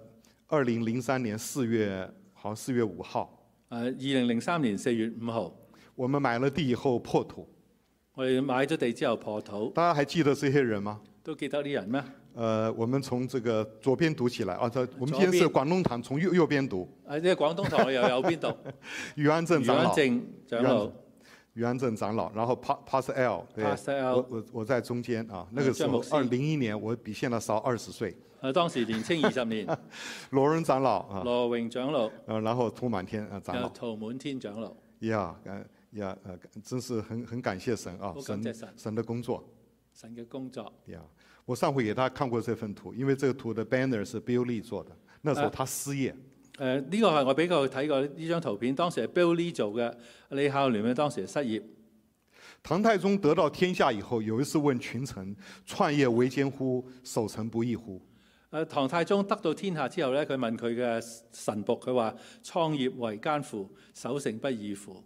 Speaker 1: 二零零三年四月，好像四月五号，
Speaker 2: 誒，啊二零零三年四月五號，
Speaker 1: 我们買了地以後破土。
Speaker 2: 我哋買咗地之後破土，
Speaker 1: 大家還記得這些人吗？
Speaker 2: 都記得啲人咩？
Speaker 1: 呃，我们从这个左边读起来啊，这我们今
Speaker 2: 左
Speaker 1: 天
Speaker 2: 边
Speaker 1: 是广东堂，从右右边读。
Speaker 2: 啊，呢個廣東堂我又有邊度？
Speaker 1: 余安正
Speaker 2: 余
Speaker 1: 长
Speaker 2: 安
Speaker 1: 老，
Speaker 2: 正長老、
Speaker 1: 余安正长老，然后 Pa- Pastor L，对
Speaker 2: Pastor L
Speaker 1: 我我我在中间啊，那个时
Speaker 2: 詹
Speaker 1: 候
Speaker 2: 姆斯
Speaker 1: 二零一年，我比现在少二十岁。
Speaker 2: 啊，當時年青二十年，
Speaker 1: 罗仁长老啊，
Speaker 2: 羅榮長老、
Speaker 1: 呃，然後涂满天啊长
Speaker 2: 有
Speaker 1: 老，
Speaker 2: 陶滿天長老，
Speaker 1: 呀，呃呀，呃，真是很很感謝神啊
Speaker 2: 好，感謝
Speaker 1: 神
Speaker 2: 神
Speaker 1: 神的工作
Speaker 2: 神嘅工作。
Speaker 1: 呀。我上回給大家看過這份圖，因為這個圖的 banner 是 Bill Lee 做的，那時候
Speaker 2: 啊
Speaker 1: 他失業，
Speaker 2: 誒呃呢個係我俾佢睇過呢張圖片，當時係 Bill Lee 做嘅。李孝廉咧當時係失業，
Speaker 1: 唐太宗得到天下以後，有一次問群臣：“創業维艰乎？守成不易乎
Speaker 2: 誒呃唐太宗得到天下之後咧，佢問佢嘅神仆，佢話：創業為艱苦，守成不易乎。？”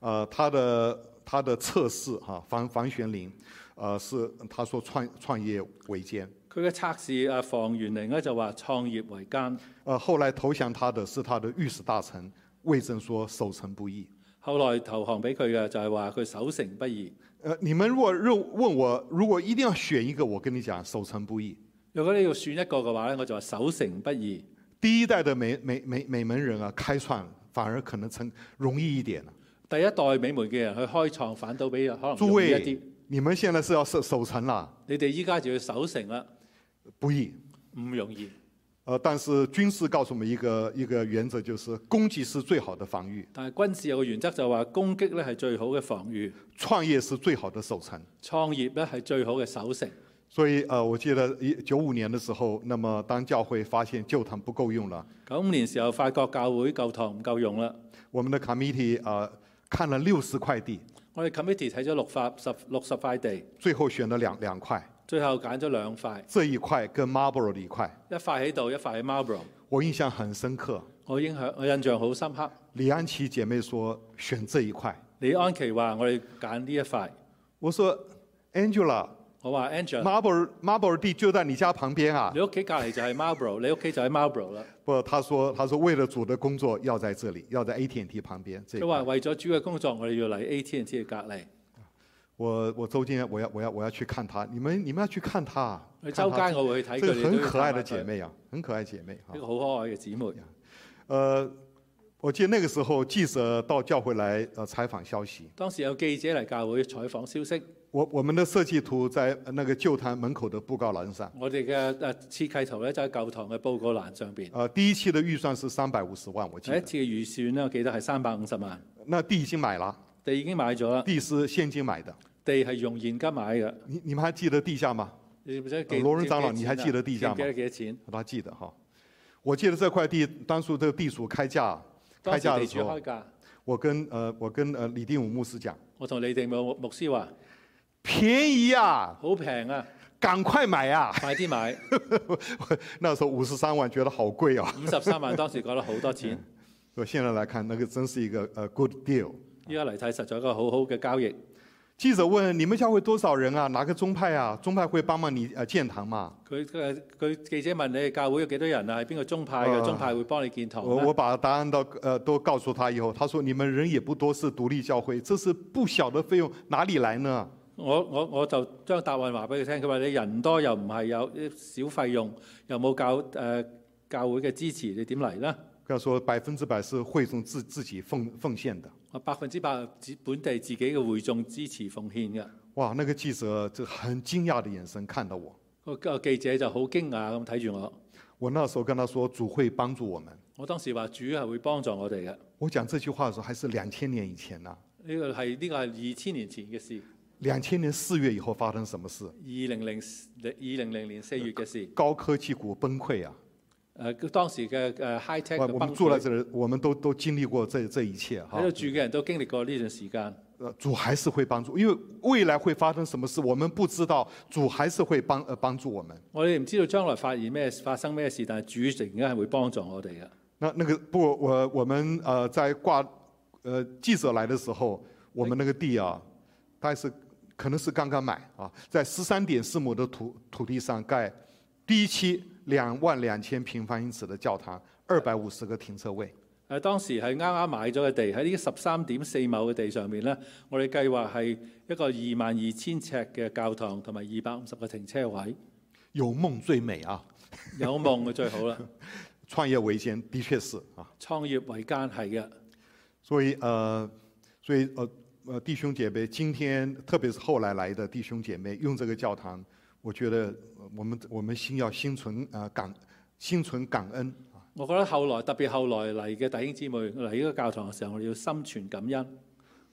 Speaker 1: 呃，他的他的测试哈、房房玄龄，呃，是他說創創業维艰。
Speaker 2: 佢嘅測試啊，房元齡咧就話創業為艱。
Speaker 1: 呃，後來投降他的是他的御史大臣魏征說：“守成不易。”
Speaker 2: 後來投降俾佢嘅就係話佢守成不易。
Speaker 1: 呃，你们如果认问我，如果一定要选一个，我跟你讲，守成不易。
Speaker 2: 如果你要選一個嘅話咧，我就話守成不易。
Speaker 1: 第一代的美美美美门人啊，开创反而可能成容易一点啊了。
Speaker 2: 第一代美門嘅人去開創反倒比可能
Speaker 1: 诸
Speaker 2: 容易一啲
Speaker 1: 位。，你们现在是要守守成啦，
Speaker 2: 你哋依家就要守成啦，
Speaker 1: 不易。
Speaker 2: 唔容易。
Speaker 1: 呃，但是军事告诉我们一个一个原则，就是攻击是最好的防御，
Speaker 2: 但係軍事有個原則就話攻擊咧係最好嘅防禦，
Speaker 1: 创业是最好的守成。
Speaker 2: 創業咧係最好嘅守成。
Speaker 1: 所以呃，我记得一九五年的时候，那么当教会發現旧堂不夠用了，
Speaker 2: 九五年時候，法國教會舊堂唔夠用啦，
Speaker 1: 我們的 committee 呃看了六十块地，
Speaker 2: 我哋 committee 睇咗六法十六十塊地，
Speaker 1: 最後選了兩兩块，
Speaker 2: 最後揀咗兩塊，
Speaker 1: 这一塊跟 Marlborough 的一塊。
Speaker 2: 一塊喺度，一塊喺 Marlborough。
Speaker 1: 我印象很深刻，
Speaker 2: 我影響我印象好深刻。
Speaker 1: 李安琪姐妹说选这一块，
Speaker 2: 李安琪話：我哋揀呢一塊。
Speaker 1: 我说 Angela，Marble
Speaker 2: 我話 Angela，
Speaker 1: Marble 地就在你家旁边啊。
Speaker 2: 你屋企隔離就係 Marlborough，你屋企就喺 Marlborough 啦。
Speaker 1: 不，她说她说为了主的工作要在这里，要在 AT&T 旁边这一
Speaker 2: 佢話
Speaker 1: 块。
Speaker 2: 為咗主嘅工作，我哋要嚟 AT&T 嘅隔離。
Speaker 1: 我我周今天我要我要我要去看她，你们你们要去看她啊，
Speaker 2: 去
Speaker 1: 看
Speaker 2: 周
Speaker 1: 她
Speaker 2: 街我會去睇
Speaker 1: 这
Speaker 2: 佢
Speaker 1: 个
Speaker 2: 哋，
Speaker 1: 很
Speaker 2: 都要
Speaker 1: 可爱的
Speaker 2: 探下
Speaker 1: 姐
Speaker 2: 佢，
Speaker 1: 妹啊，很可爱姐妹啊
Speaker 2: 一。個好可愛嘅姊妹。
Speaker 1: 呃，我记得那个时候记者到教会来呃采访消息，
Speaker 2: 當時有記者嚟教會採訪消息，
Speaker 1: 我我们的设计图在呃那个旧坛门口的布告栏上。
Speaker 2: 我哋嘅呃誒設計圖咧就喺舊堂嘅報告欄上邊。
Speaker 1: 呃，第一期的预算是三百五十万，我记
Speaker 2: 第一
Speaker 1: 得。
Speaker 2: 次嘅預算咧，我記得係三百五十萬，
Speaker 1: 那地已經買了，
Speaker 2: 地已經買咗啦，
Speaker 1: 地是現金買的。
Speaker 2: 地係用現金買嘅。
Speaker 1: 你你們還記得地價嗎？
Speaker 2: 你唔使記。
Speaker 1: 羅倫長老
Speaker 2: 記唔記
Speaker 1: 你
Speaker 2: 得
Speaker 1: 還記得地價嗎
Speaker 2: 記唔記得幾多錢？
Speaker 1: 他記得哈。我記得這塊地當初這個地主開價，開
Speaker 2: 當時
Speaker 1: 價的
Speaker 2: 地
Speaker 1: 時
Speaker 2: 主
Speaker 1: 候
Speaker 2: 開，價，
Speaker 1: 我跟呃我跟呃李定武牧師講，
Speaker 2: 我同你哋牧牧師話：
Speaker 1: 便宜啊，
Speaker 2: 好平
Speaker 1: <laughs>
Speaker 2: 啊，
Speaker 1: 趕快買啊！
Speaker 2: 快啲買！
Speaker 1: 那時候五十三萬覺得好貴啊，
Speaker 2: 五十三萬當時覺得好
Speaker 1: <laughs>
Speaker 2: 多錢，
Speaker 1: 嗯我現在來看那個真是一個呃 good deal。
Speaker 2: 依家嚟睇實在一個好好嘅交易。
Speaker 1: 記者問你們教會多少人啊？哪個宗派啊？宗派會幫忙你呃建堂嗎？
Speaker 2: 佢佢佢記者問你哋教會有幾多人啊？係邊個宗派
Speaker 1: 啊
Speaker 2: 嘅？宗派會幫你建堂啊
Speaker 1: 我
Speaker 2: 咩
Speaker 1: 我把答案到呃都告诉他以后，他说你们人也不多，是独立教会，这是不小的费用，哪里来呢？
Speaker 2: 我我我就將答案話俾佢聽，佢話你人多又唔係有小費用，又冇教誒、呃教會嘅支持，你點嚟呢？
Speaker 1: 他说百分之百是会众自自己奉奉献的。
Speaker 2: 我百分之百自本地自己嘅會眾支持奉獻嘅。
Speaker 1: 哇，那个记者这很驚訝的眼神看到我，
Speaker 2: 個個記者就好驚訝咁睇住我。
Speaker 1: 我那時候跟他说主会帮助我们。
Speaker 2: 我當時話主係會幫助我哋嘅，呢、
Speaker 1: 我讲这句话的时候还是两千年以前呢、
Speaker 2: 個係呢、個係二千年前嘅事，
Speaker 1: 2两千年四月以后发生什么事？
Speaker 2: 二零零二零零年四月嘅事。誒、
Speaker 1: 高科技股崩溃啊！
Speaker 2: 當時嘅誒、呃 high tech
Speaker 1: 我
Speaker 2: 嘅
Speaker 1: 我们
Speaker 2: 崩
Speaker 1: 住在
Speaker 2: 潰，
Speaker 1: 这里，我们都都经历过这这一切哈
Speaker 2: 喺。度住嘅人都經歷過呢段時間。
Speaker 1: 呃，主还是会帮助，因为未来会发生什么事我们不知道，主还是會幫呃幫助我們。
Speaker 2: 我哋唔知道將來發現咩發生咩事，但係主仍然係會幫助我哋嘅。
Speaker 1: 那那个不，我我们呃在挂呃记者来的时候，我们那个地啊，大概是可能是刚刚买啊，在十三点四亩的土土地上盖第一期两万两千平方英尺的教堂，二百五十个停车位。
Speaker 2: 誒當時係啱啱買咗嘅地，喺呢十三點四畝嘅地上面呢，我哋計劃係一個二萬二千尺嘅教堂同埋二百五十個停車位。
Speaker 1: 有梦最美啊！
Speaker 2: 有夢嘅最好啦，
Speaker 1: 创业维艰，的确是啊。
Speaker 2: 創業為艱係嘅。
Speaker 1: 所以呃，所以呃呃，弟兄姐妹，今天特别是后来来的弟兄姐妹，用这个教堂，我觉得呃我们我们心要心存呃感，心存感恩。
Speaker 2: 我覺得後來特別後來嚟嘅弟兄姊妹嚟呢個教堂嘅時候，我哋要心存感恩。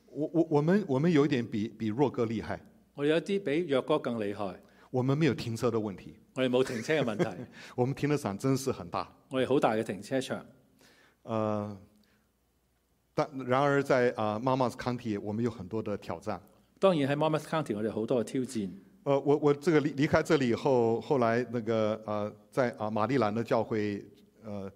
Speaker 1: 我我我们我们有一点比比若哥厉害，
Speaker 2: 我哋有啲比若哥更厲害，
Speaker 1: 我们没有停车的问题，
Speaker 2: 我哋冇停車嘅問題，
Speaker 1: 我们停车场真是很大。
Speaker 2: 我哋好大嘅停車場。
Speaker 1: 呃，但然而在啊、呃、妈妈 county 我们有很多的挑战。
Speaker 2: 當然喺 m o m a s County 我哋好多嘅挑戰。
Speaker 1: 呃，我我这个离离开这里以后，后来那个呃，在啊马利兰的教会，呃，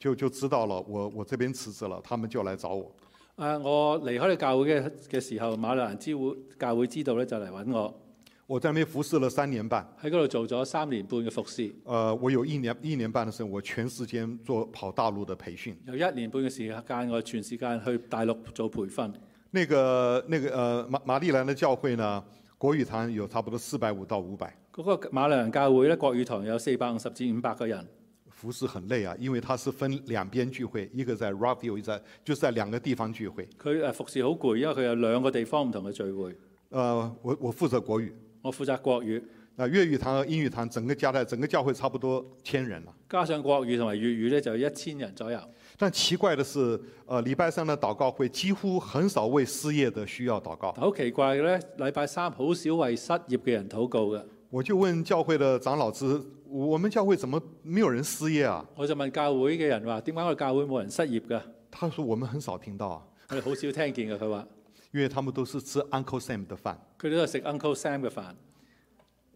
Speaker 1: 就就知道了，我我这边辞职了，他们就来找我。
Speaker 2: 啊！我離開你教會嘅嘅時候，馬蘭之會教會知道咧就嚟揾我，
Speaker 1: 我在那边服侍了三年半，
Speaker 2: 喺嗰度做咗三年半嘅服侍，
Speaker 1: 呃，我有一年一年半的时候，我全时间做跑大陆的培训。
Speaker 2: 有一年半嘅時間，我全時間去大陸做培訓。
Speaker 1: 那个那个呃马马利兰的教会呢，国语堂有差不多四百五到五百，
Speaker 2: 嗰、個馬蘭教會咧，國語堂有四百五十至五百個人，
Speaker 1: 服侍很累啊，因为它是分两边聚会，一个在 Ravio，一个在就是在两个地方聚会。
Speaker 2: 佢呃誒服侍好攰，因為佢有兩個地方唔同嘅聚會。
Speaker 1: 呃，我我负责国语。
Speaker 2: 我負責國語，
Speaker 1: 那粤语堂和英语堂整个加在整个教会差不多千人了。
Speaker 2: 加上國語同埋粵語咧，就一千人左右。
Speaker 1: 但奇怪的是，呃，礼拜三的祷告会几乎很少为失业的需要祷告
Speaker 2: 但。好奇怪嘅咧，禮拜三好少為失業嘅人禱告嘅。
Speaker 1: 我就问教会的长老之，我们教会怎么没有人失业啊？
Speaker 2: 我就問教會嘅人話：點解我哋教會冇人失業㗎？
Speaker 1: 他说我们很少听到啊，
Speaker 2: 我哋好少聽見嘅。佢話。
Speaker 1: 因为他们都是吃 Uncle Sam 的饭。
Speaker 2: 佢都係食 Uncle Sam 嘅飯。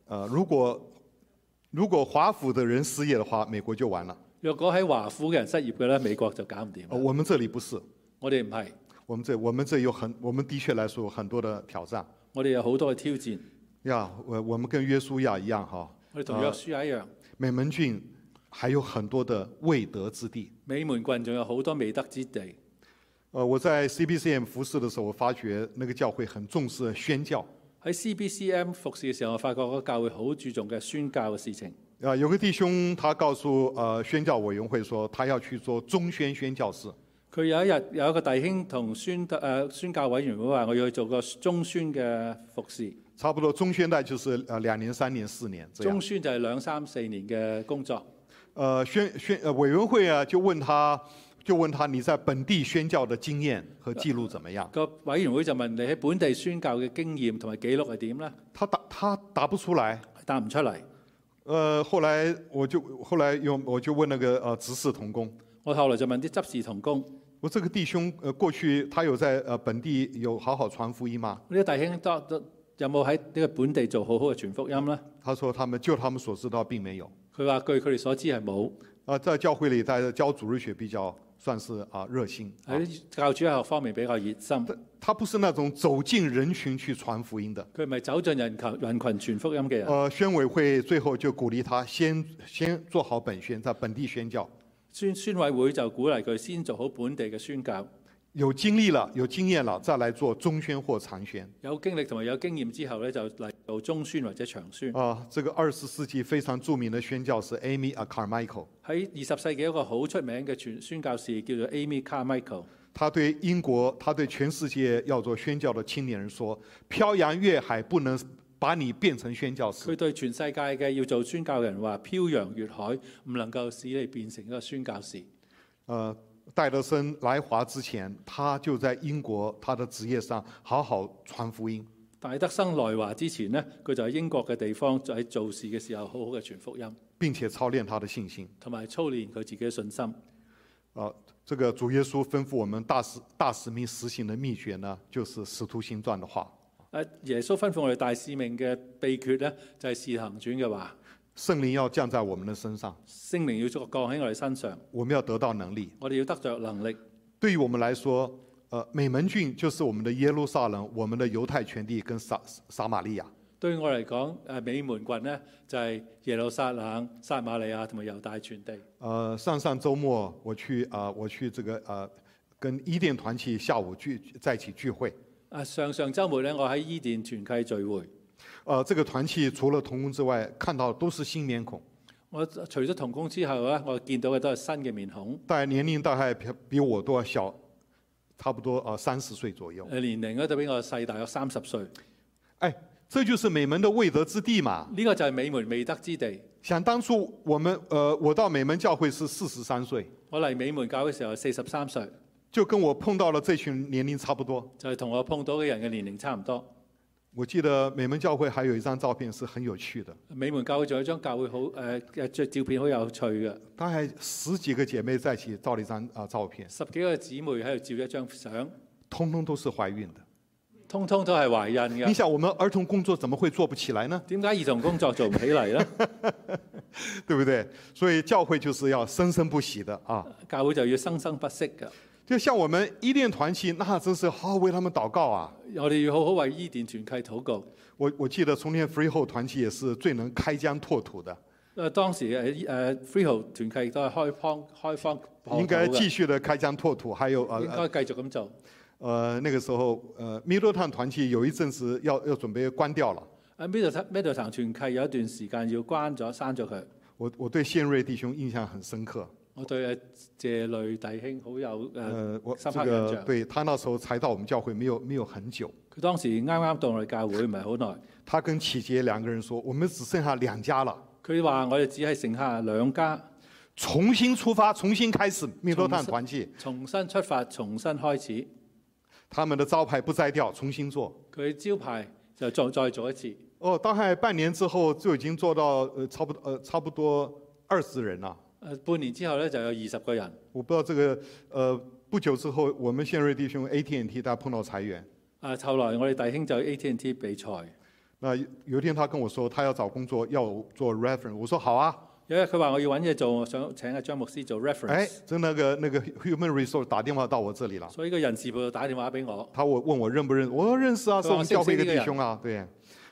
Speaker 1: 呃，如果如果华府的人失业的话，美国就完了。
Speaker 2: 若果喺華府嘅人失業嘅咧，美國就搞唔掂啦。
Speaker 1: 呃，我们这里不是，
Speaker 2: 我哋唔係，
Speaker 1: 我们这我们这有很我们的确来说有很多的挑战
Speaker 2: 我哋有好多嘅挑戰。
Speaker 1: 呀。我我们跟约书亚一样哈，
Speaker 2: 我哋同約書亞一樣，
Speaker 1: 美门郡还有很多的未得之地。
Speaker 2: 美門郡仲有好多未得之地。
Speaker 1: 呃，我在 CBCM 服侍的时候，我发觉那个教会很重视宣教。
Speaker 2: 喺 CBCM 服侍嘅時候，我發覺個教會好注重嘅宣教嘅事情。
Speaker 1: 啊、有个弟兄他告诉呃宣教委员会说，他要去做中宣宣教士。
Speaker 2: 佢有一日有一個弟兄同宣誒、呃宣教委員會話，我要去做個中宣嘅服侍。
Speaker 1: 差不多中宣代就是呃两年、三年、四年这样。
Speaker 2: 中宣就係兩三四年嘅工作。
Speaker 1: 呃，宣宣呃委员会啊，就问他，就问他你在本地宣教的经验和记录怎么样？
Speaker 2: 個委員會就問你喺本地宣教嘅經驗同埋記錄係點咧？
Speaker 1: 他答他答不出来。
Speaker 2: 答唔出嚟。
Speaker 1: 呃，后来我就后来用我就问那个呃执事童工，
Speaker 2: 我後來就問啲執事同工。
Speaker 1: 我这个弟兄呃过去他有在呃本地有好好传福音吗？
Speaker 2: 呢啲弟兄多多有冇喺呢個本地做好好嘅傳福音呢？
Speaker 1: 他说他们就他们所知道并没有。
Speaker 2: 佢話據佢哋所知係冇，
Speaker 1: 啊、在教会里，大家教主日学比较算是啊热心。啊
Speaker 2: 喺教主學方面比較熱心。
Speaker 1: 他他不是那种走进人群去传福音的。
Speaker 2: 佢唔係走進人群人群傳福音嘅人。
Speaker 1: 呃，宣委会最后就鼓励他先先做好本宣，在本地宣教。
Speaker 2: 宣宣委會就鼓勵佢先做好本地嘅宣教，
Speaker 1: 有经历了，有经验了，再来做中宣或长宣。
Speaker 2: 有經歷同埋有經驗之後咧，就嚟到中宣或者長宣。
Speaker 1: 啊、这个二十世纪非常著名的宣教师 Amy a Carmichael，
Speaker 2: 喺二十世紀一個好出名嘅傳宣教士叫做 Amy Carmichael，
Speaker 1: 他对英国，他对全世界要做宣教的青年人说：“漂洋越海不能把你变成宣教师。”
Speaker 2: 佢對全世界嘅要做宣教嘅人話：漂洋越海唔能夠使你變成一個宣教士。
Speaker 1: 呃，戴德森来华之前，他就在英国他的职业上好好传福音。
Speaker 2: 大德生來華之前呢，佢就喺英國嘅地方，就喺做事嘅時候好好嘅傳福音，
Speaker 1: 并且操练他的信心。
Speaker 2: 同埋操練佢自己嘅信心。
Speaker 1: 啊，这个主耶稣吩咐我们大使大使命实行的秘诀呢，就是《使徒行传》的话。
Speaker 2: 啊，耶穌吩咐我哋大使命嘅秘訣咧，就係、事行傳嘅話，
Speaker 1: 圣灵要降在我们的身上，
Speaker 2: 聖靈要降喺我哋身上，
Speaker 1: 我们要得到能力。
Speaker 2: 我哋要得着能力。
Speaker 1: 对于我们来说，呃，美门郡就是我们的耶路撒冷，我们的犹太全地跟撒撒玛利亚。
Speaker 2: 對我嚟講，誒美門郡呢，就係、耶路撒冷、撒瑪利亞同埋猶大全地。
Speaker 1: 呃，上上周末我去啊、我去这个呃，跟伊甸团契下午聚在一起聚会。
Speaker 2: 啊，上上週末咧，我喺伊甸團契聚會，
Speaker 1: 呃，这个团契除了童工之外，看到都是新面孔，
Speaker 2: 我除咗童工之後咧，我見到嘅都係新嘅面孔，
Speaker 1: 但年龄大概比比我都要小，差不多呃三十岁左右。
Speaker 2: 誒年齡咧都比我細大約三十歲。呢、
Speaker 1: 哎，这就是美门的未得之地嘛。
Speaker 2: 個就係美門未得之地。
Speaker 1: 想当初我们呃，我到美门教会是四十三岁，
Speaker 2: 我嚟美門教嘅時候四十三歲，
Speaker 1: 就跟我碰到了这群年龄差不多。
Speaker 2: 就係、同我碰到嘅人嘅年齡差唔多。
Speaker 1: 我记得美门教会还有一张照片是很有趣的，
Speaker 2: 美門教會仲有一張教會好誒嘅張照片好有趣嘅，
Speaker 1: 大概十几个姐妹在一起照了一张啊、照片，
Speaker 2: 十幾個姊妹喺度照一張相，
Speaker 1: 通通都是怀孕的。
Speaker 2: 通通都係懷孕
Speaker 1: 你
Speaker 2: 嘅。
Speaker 1: 想，我们儿童工作怎么会做不起来呢？ <laughs>
Speaker 2: 點解兒童工作做唔起嚟呢？ <laughs>
Speaker 1: 对不对？所以教会就是要生生不息的啊！
Speaker 2: 教會就要生生不息嘅。
Speaker 1: 就像我们伊甸团契，那真是好好为他们祷告啊！
Speaker 2: 我哋要好好為伊甸團契禱告。
Speaker 1: 我我记得从前 Free 后团契也是最能开疆拓土的，
Speaker 2: 誒當時誒誒 Freehold 團契都係開荒開荒破土
Speaker 1: 应该
Speaker 2: 嘅，
Speaker 1: 继续的开疆拓土。还有
Speaker 2: 應
Speaker 1: 呃
Speaker 2: 該繼續咁做。
Speaker 1: 呃，那个时候呃 Middletown 团契有一阵子要要准备关掉了。
Speaker 2: 誒 Middle 咩 i 堂團契有一段時間要關咗刪咗佢。
Speaker 1: 我我对宪瑞弟兄印象很深刻，
Speaker 2: 我對誒謝雷弟兄好有誒，
Speaker 1: 呃，我
Speaker 2: 三
Speaker 1: 这
Speaker 2: 八两
Speaker 1: 个
Speaker 2: 仗
Speaker 1: 对他那时候才到我们教會没有没有很久，
Speaker 2: 佢當時啱啱到我哋教會唔係好耐，
Speaker 1: 他跟启杰两个人说，我们只剩下两家了，
Speaker 2: 佢話我哋只係剩下兩家，
Speaker 1: 重新出发，重新开始密多
Speaker 2: 重
Speaker 1: 探
Speaker 2: 新
Speaker 1: 团契，
Speaker 2: 重新出發，重新開始。
Speaker 1: 他们的招牌不摘掉，重新做。
Speaker 2: 佢招牌就再再做一次。
Speaker 1: 哦，大概半年之后就已經做到呃差不多呃差不多二十人了，
Speaker 2: 誒呃半年之後咧就有二十個人。
Speaker 1: 我不知道这个呃不久之后我们宪瑞弟兄 AT&T 他碰到裁员，
Speaker 2: 啊，後來我哋弟兄就 AT&T 被裁。
Speaker 1: 那有一天他跟我说他要找工作要我做 reference，我说好啊，
Speaker 2: 有一日佢話我要揾嘢做，我想請阿張牧師做
Speaker 1: 哎
Speaker 2: reference，、，
Speaker 1: 真那个那個 human resource 打電話到我這裡了，
Speaker 2: 所以個人事部就打電話俾我。
Speaker 1: 他我問我認不認，我說認識啊，
Speaker 2: 對
Speaker 1: 是
Speaker 2: 啊
Speaker 1: 我們教會一個
Speaker 2: 是不是
Speaker 1: 弟兄啊，对。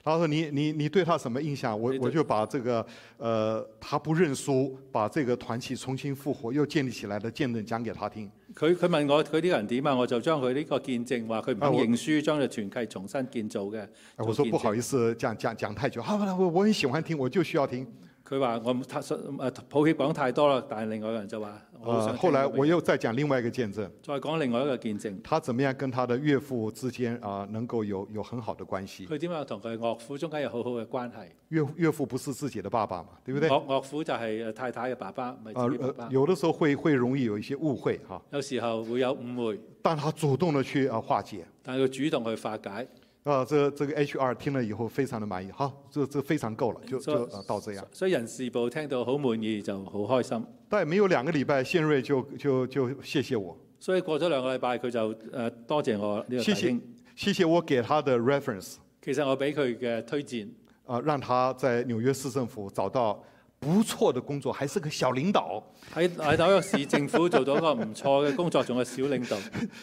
Speaker 1: 他说你你你對他什麼印象？我
Speaker 2: 對對
Speaker 1: 我就把这个呃他不認輸，把這個團契重新復活又建立起來的見證講給他聽。
Speaker 2: 佢佢問我佢呢個人點啊，我就將佢呢個見證話佢唔肯
Speaker 1: 啊我
Speaker 2: 認輸，將佢團契重新建造嘅。
Speaker 1: 哎我說
Speaker 2: 做見證
Speaker 1: 不好意思講講講太久，啊不我我很喜歡聽，我就需要聽。
Speaker 2: 佢話我唔太信誒抱歉講太多啦，但係另外一個人就話我好
Speaker 1: 呃，
Speaker 2: 想
Speaker 1: 後
Speaker 2: 聽
Speaker 1: 來
Speaker 2: 到
Speaker 1: 我又再講另外一個見證，
Speaker 2: 再講另外一個見證，
Speaker 1: 他怎麼樣跟他的岳父之間啊、能夠有有很好的關係。
Speaker 2: 佢點樣同佢岳父中間有好好嘅關係，
Speaker 1: 岳岳父不是自己的爸爸嘛，對不對？
Speaker 2: 岳岳父就係誒太太嘅爸爸，唔
Speaker 1: 呃
Speaker 2: 係自己爸
Speaker 1: 呃，
Speaker 2: 爸。
Speaker 1: 有的时候会会容易有一些误会哈、
Speaker 2: 有時候會有誤會，
Speaker 1: 但他主动的去呃化解，
Speaker 2: 但係佢主動去化解。
Speaker 1: 啊、这这个 HR 听了以后非常的满意，好，这这非常够了，就
Speaker 2: 所
Speaker 1: 就、呃、到这样。
Speaker 2: 所以人事部聽到好滿意就好開心。
Speaker 1: 但没有两个礼拜，宪瑞就就就谢谢我，
Speaker 2: 所以過咗兩個禮拜，佢就誒、呃多謝我呢個弟
Speaker 1: 謝謝
Speaker 2: 兄。
Speaker 1: 谢谢我给他的 reference，
Speaker 2: 其實我俾佢嘅推薦，
Speaker 1: 啊、让他在纽约市政府找到不错的工作，还是个小领导，
Speaker 2: 喺喺紐約市政府做到一個唔錯嘅工作，仲係小領導。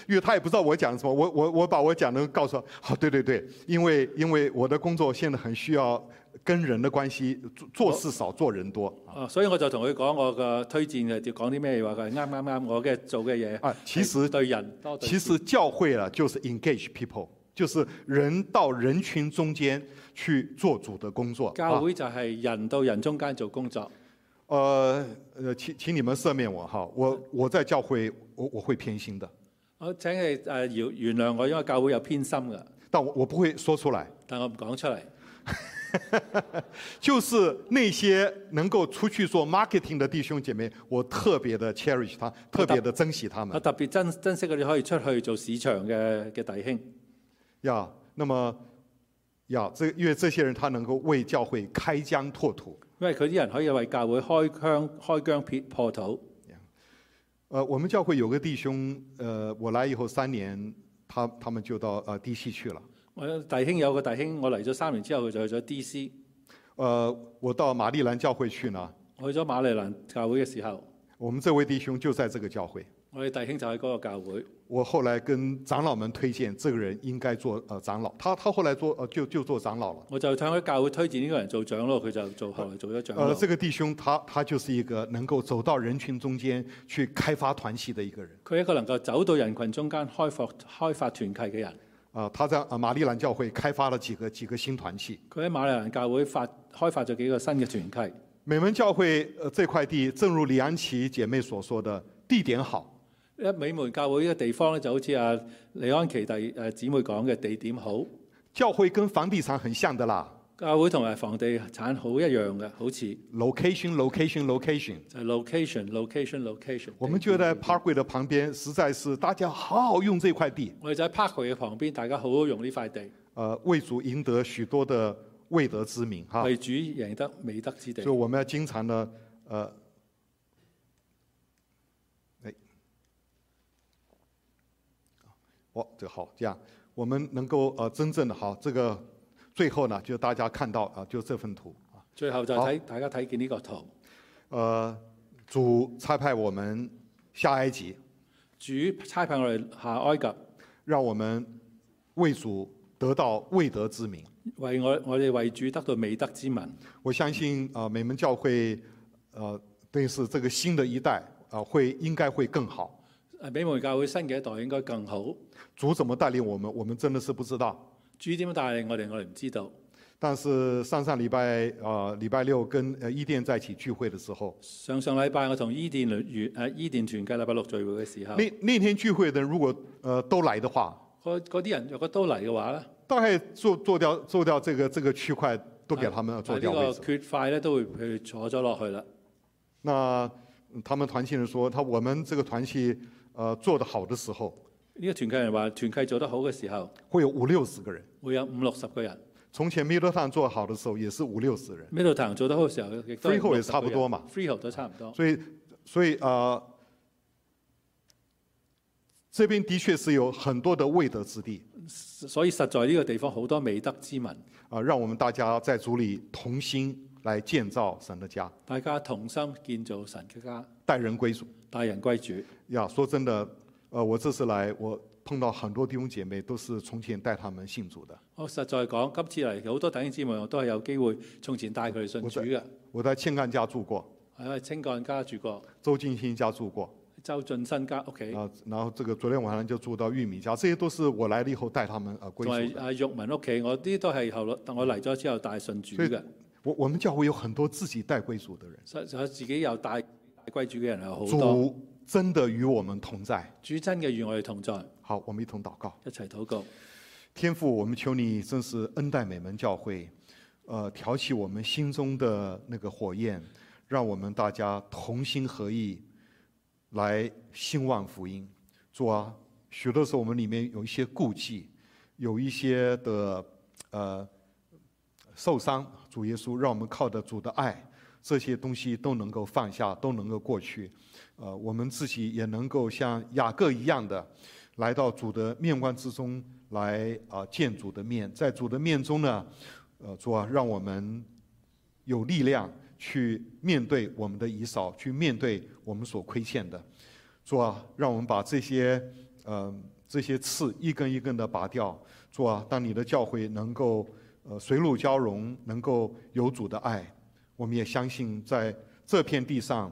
Speaker 1: 因为他也不知道我讲什么，我我我把我讲的告诉他，好、对对对，因为因为我的工作现在很需要跟人的关系，做做事少，做人多。
Speaker 2: 啊，所以我就同佢講我嘅推薦係要講啲咩話，佢係啱啱啱我嘅做嘅嘢。
Speaker 1: 啊其實
Speaker 2: 係對人多對
Speaker 1: 其實教會啊，就是 engage people，就是人到人群中间去做主的工作。
Speaker 2: 教
Speaker 1: 啊、
Speaker 2: 會就係人到人中間做工作。
Speaker 1: 呃呃，请请你们赦免我哈，我我在教会我我会偏心的，
Speaker 2: 我請你誒、呃、原原諒我，因為教會有偏心嘅，
Speaker 1: 但我我不会说出来。
Speaker 2: 但我唔講出嚟。
Speaker 1: 就是那些能够出去做 marketing 的弟兄姐妹，我特别的 cherish 他，特别的珍惜他
Speaker 2: 我
Speaker 1: 们
Speaker 2: 特別珍珍惜嗰啲可以出去做市場嘅嘅弟兄。
Speaker 1: 呀。那么呀，这因为这些人他能够为教会开疆拓土。
Speaker 2: 因為佢啲人可以為教會開疆開疆撇破土。
Speaker 1: 呃，我们教会有个弟兄，呃，我来以后三年，他他们就到呃 D.C. 去了。
Speaker 2: 我有弟兄有個弟兄，我嚟咗三年之後，佢就去咗 D.C。
Speaker 1: 呃，我到馬利蘭教會去呢，
Speaker 2: 我去咗馬里蘭教會嘅時候，
Speaker 1: 我们这位弟兄就在這個教會。
Speaker 2: 我哋弟兄就喺嗰個教會。
Speaker 1: 我後來跟長老們推薦，這個人應該做呃長老。他他後來做呃就就做長老了。
Speaker 2: 我就向佢教會推薦呢個人做長老，佢就做後嚟做咗長老。
Speaker 1: 呃，這個弟兄他他就是一個能夠走到人群中間去開發團契的一個人。
Speaker 2: 佢一個能夠走到人群中間開發開發團契嘅人，
Speaker 1: 啊、他在呃馬利蘭教會開發了幾個幾個新團契。
Speaker 2: 佢喺馬里蘭教會發開發咗幾個新嘅團契。
Speaker 1: 美門教會呃這塊地，正如李安琪姐妹所說的，地點好，
Speaker 2: 一美門教會呢個地方咧，就好似阿李安琪弟誒姊妹講嘅地點好，
Speaker 1: 教會跟房地產很像的啦。
Speaker 2: 教會同埋房地產好一樣嘅，好似
Speaker 1: Location, location, location。
Speaker 2: 就係 location location location。
Speaker 1: 我們就在 Parkway 的旁邊，實在是大家好好用這塊地，
Speaker 2: 我哋就喺 Parkway 嘅旁邊，大家好好用呢塊地，
Speaker 1: 呃，為主贏得許多的未得之名哈。
Speaker 2: 為主贏得美德之地
Speaker 1: 所以。我們要經常呢，呃，哎，哦，这个好，这样我们能夠呃真正的好这个最後呢，就大家看到啊、就這份圖啊，
Speaker 2: 最後就睇大家睇見呢個圖，
Speaker 1: 呃，主差派我們下埃及，
Speaker 2: 主差派我哋下埃及，
Speaker 1: 讓我們為主得到未得之名。
Speaker 2: 為我我哋為主得到美德之民。
Speaker 1: 我相信啊、呃美门教会，呃，对是这个新的一代啊、呃会应该會更好。
Speaker 2: 誒美門啊教會新嘅一代應該更好。
Speaker 1: 主怎么帶領我們，我們真的是不知道。
Speaker 2: 主點帶領我哋，我哋唔知道。
Speaker 1: 但是上上禮拜啊，呃礼拜六跟呃伊甸在一起聚會的時候，
Speaker 2: 上上禮拜我同伊甸聯員誒伊甸團契禮拜六聚會嘅時候，
Speaker 1: 那那天聚會的人如果呃都來的話，
Speaker 2: 嗰嗰啲人若果都嚟嘅話咧，
Speaker 1: 大概做做掉做掉這個這个区塊都給他們
Speaker 2: 啊
Speaker 1: 做
Speaker 2: 呢
Speaker 1: 掉位
Speaker 2: 個
Speaker 1: 置。
Speaker 2: 缺塊咧都會佢坐咗落去啦。
Speaker 1: 那嗯他們團契人說，他我們這個團契呃做得好的時候，
Speaker 2: 呢、個團契人話團契做得好嘅時候，
Speaker 1: 會有五六十個人。
Speaker 2: 會有五六十個人。
Speaker 1: 從前 Middletown 做好的時候也是五六十人。
Speaker 2: Middle 堂做得好嘅時候，亦都
Speaker 1: Freehold 也差不多嘛。
Speaker 2: Freehold 都差唔多。
Speaker 1: 所以，所以呃，这边的確是有很多的未得之地
Speaker 2: 所以實在呢個地方好多美德之民，
Speaker 1: 啊、让我们大家在主里同心来建造神的家，
Speaker 2: 大家同心建造神嘅家，
Speaker 1: 带人归主
Speaker 2: 帶人歸主。
Speaker 1: 呀。说真的，呃，我这次来，我碰到很多弟兄姐妹都是从前带他们信主的。
Speaker 2: 我實在講，今次嚟好多弟兄姊妹，我都係有機會從前帶佢哋信主嘅。
Speaker 1: 我在千干家住過，
Speaker 2: 喺清幹家住過，
Speaker 1: 周敬新家住過
Speaker 2: 周進新家屋企，
Speaker 1: 啊、然后这个昨天晚上就住到玉米家，这些都是我来了以后带他们呃归
Speaker 2: 同
Speaker 1: 主
Speaker 2: 埋
Speaker 1: 的。
Speaker 2: 阿玉文屋企，我啲都係後來我嚟咗之後帶信主嘅。
Speaker 1: 我我們教會有很多自己帶歸主的人，
Speaker 2: 實實自己有帶帶歸主嘅人有好多。
Speaker 1: 主真的與我們同在。
Speaker 2: 主真嘅與我哋同在，
Speaker 1: 好，我们一同祷告。
Speaker 2: 一齊禱告。
Speaker 1: 天父，我们求你真是恩待美门教会，呃，挑起我们心中的那个火焰，让我们大家同心合意来兴旺福音。主啊，许多时候我们里面有一些顾忌，有一些的呃受伤，主耶稣让我们靠着主的爱，这些东西都能够放下，都能够过去。呃，我们自己也能够像雅各一样的，来到主的面光之中来啊、见主的面，在主的面中呢，呃，主啊，让我们有力量去面对我们的遗少，去面对我们所亏欠的，主啊，让我们把这些呃这些刺一根一根的拔掉，主啊，当你的教会能够呃水乳交融，能够有主的爱，我们也相信在这片地上，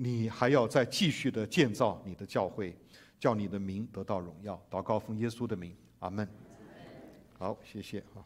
Speaker 1: 你还要再继续的建造你的教会。叫你的名得到荣耀。祷告奉耶稣的名，阿门。好，谢谢啊。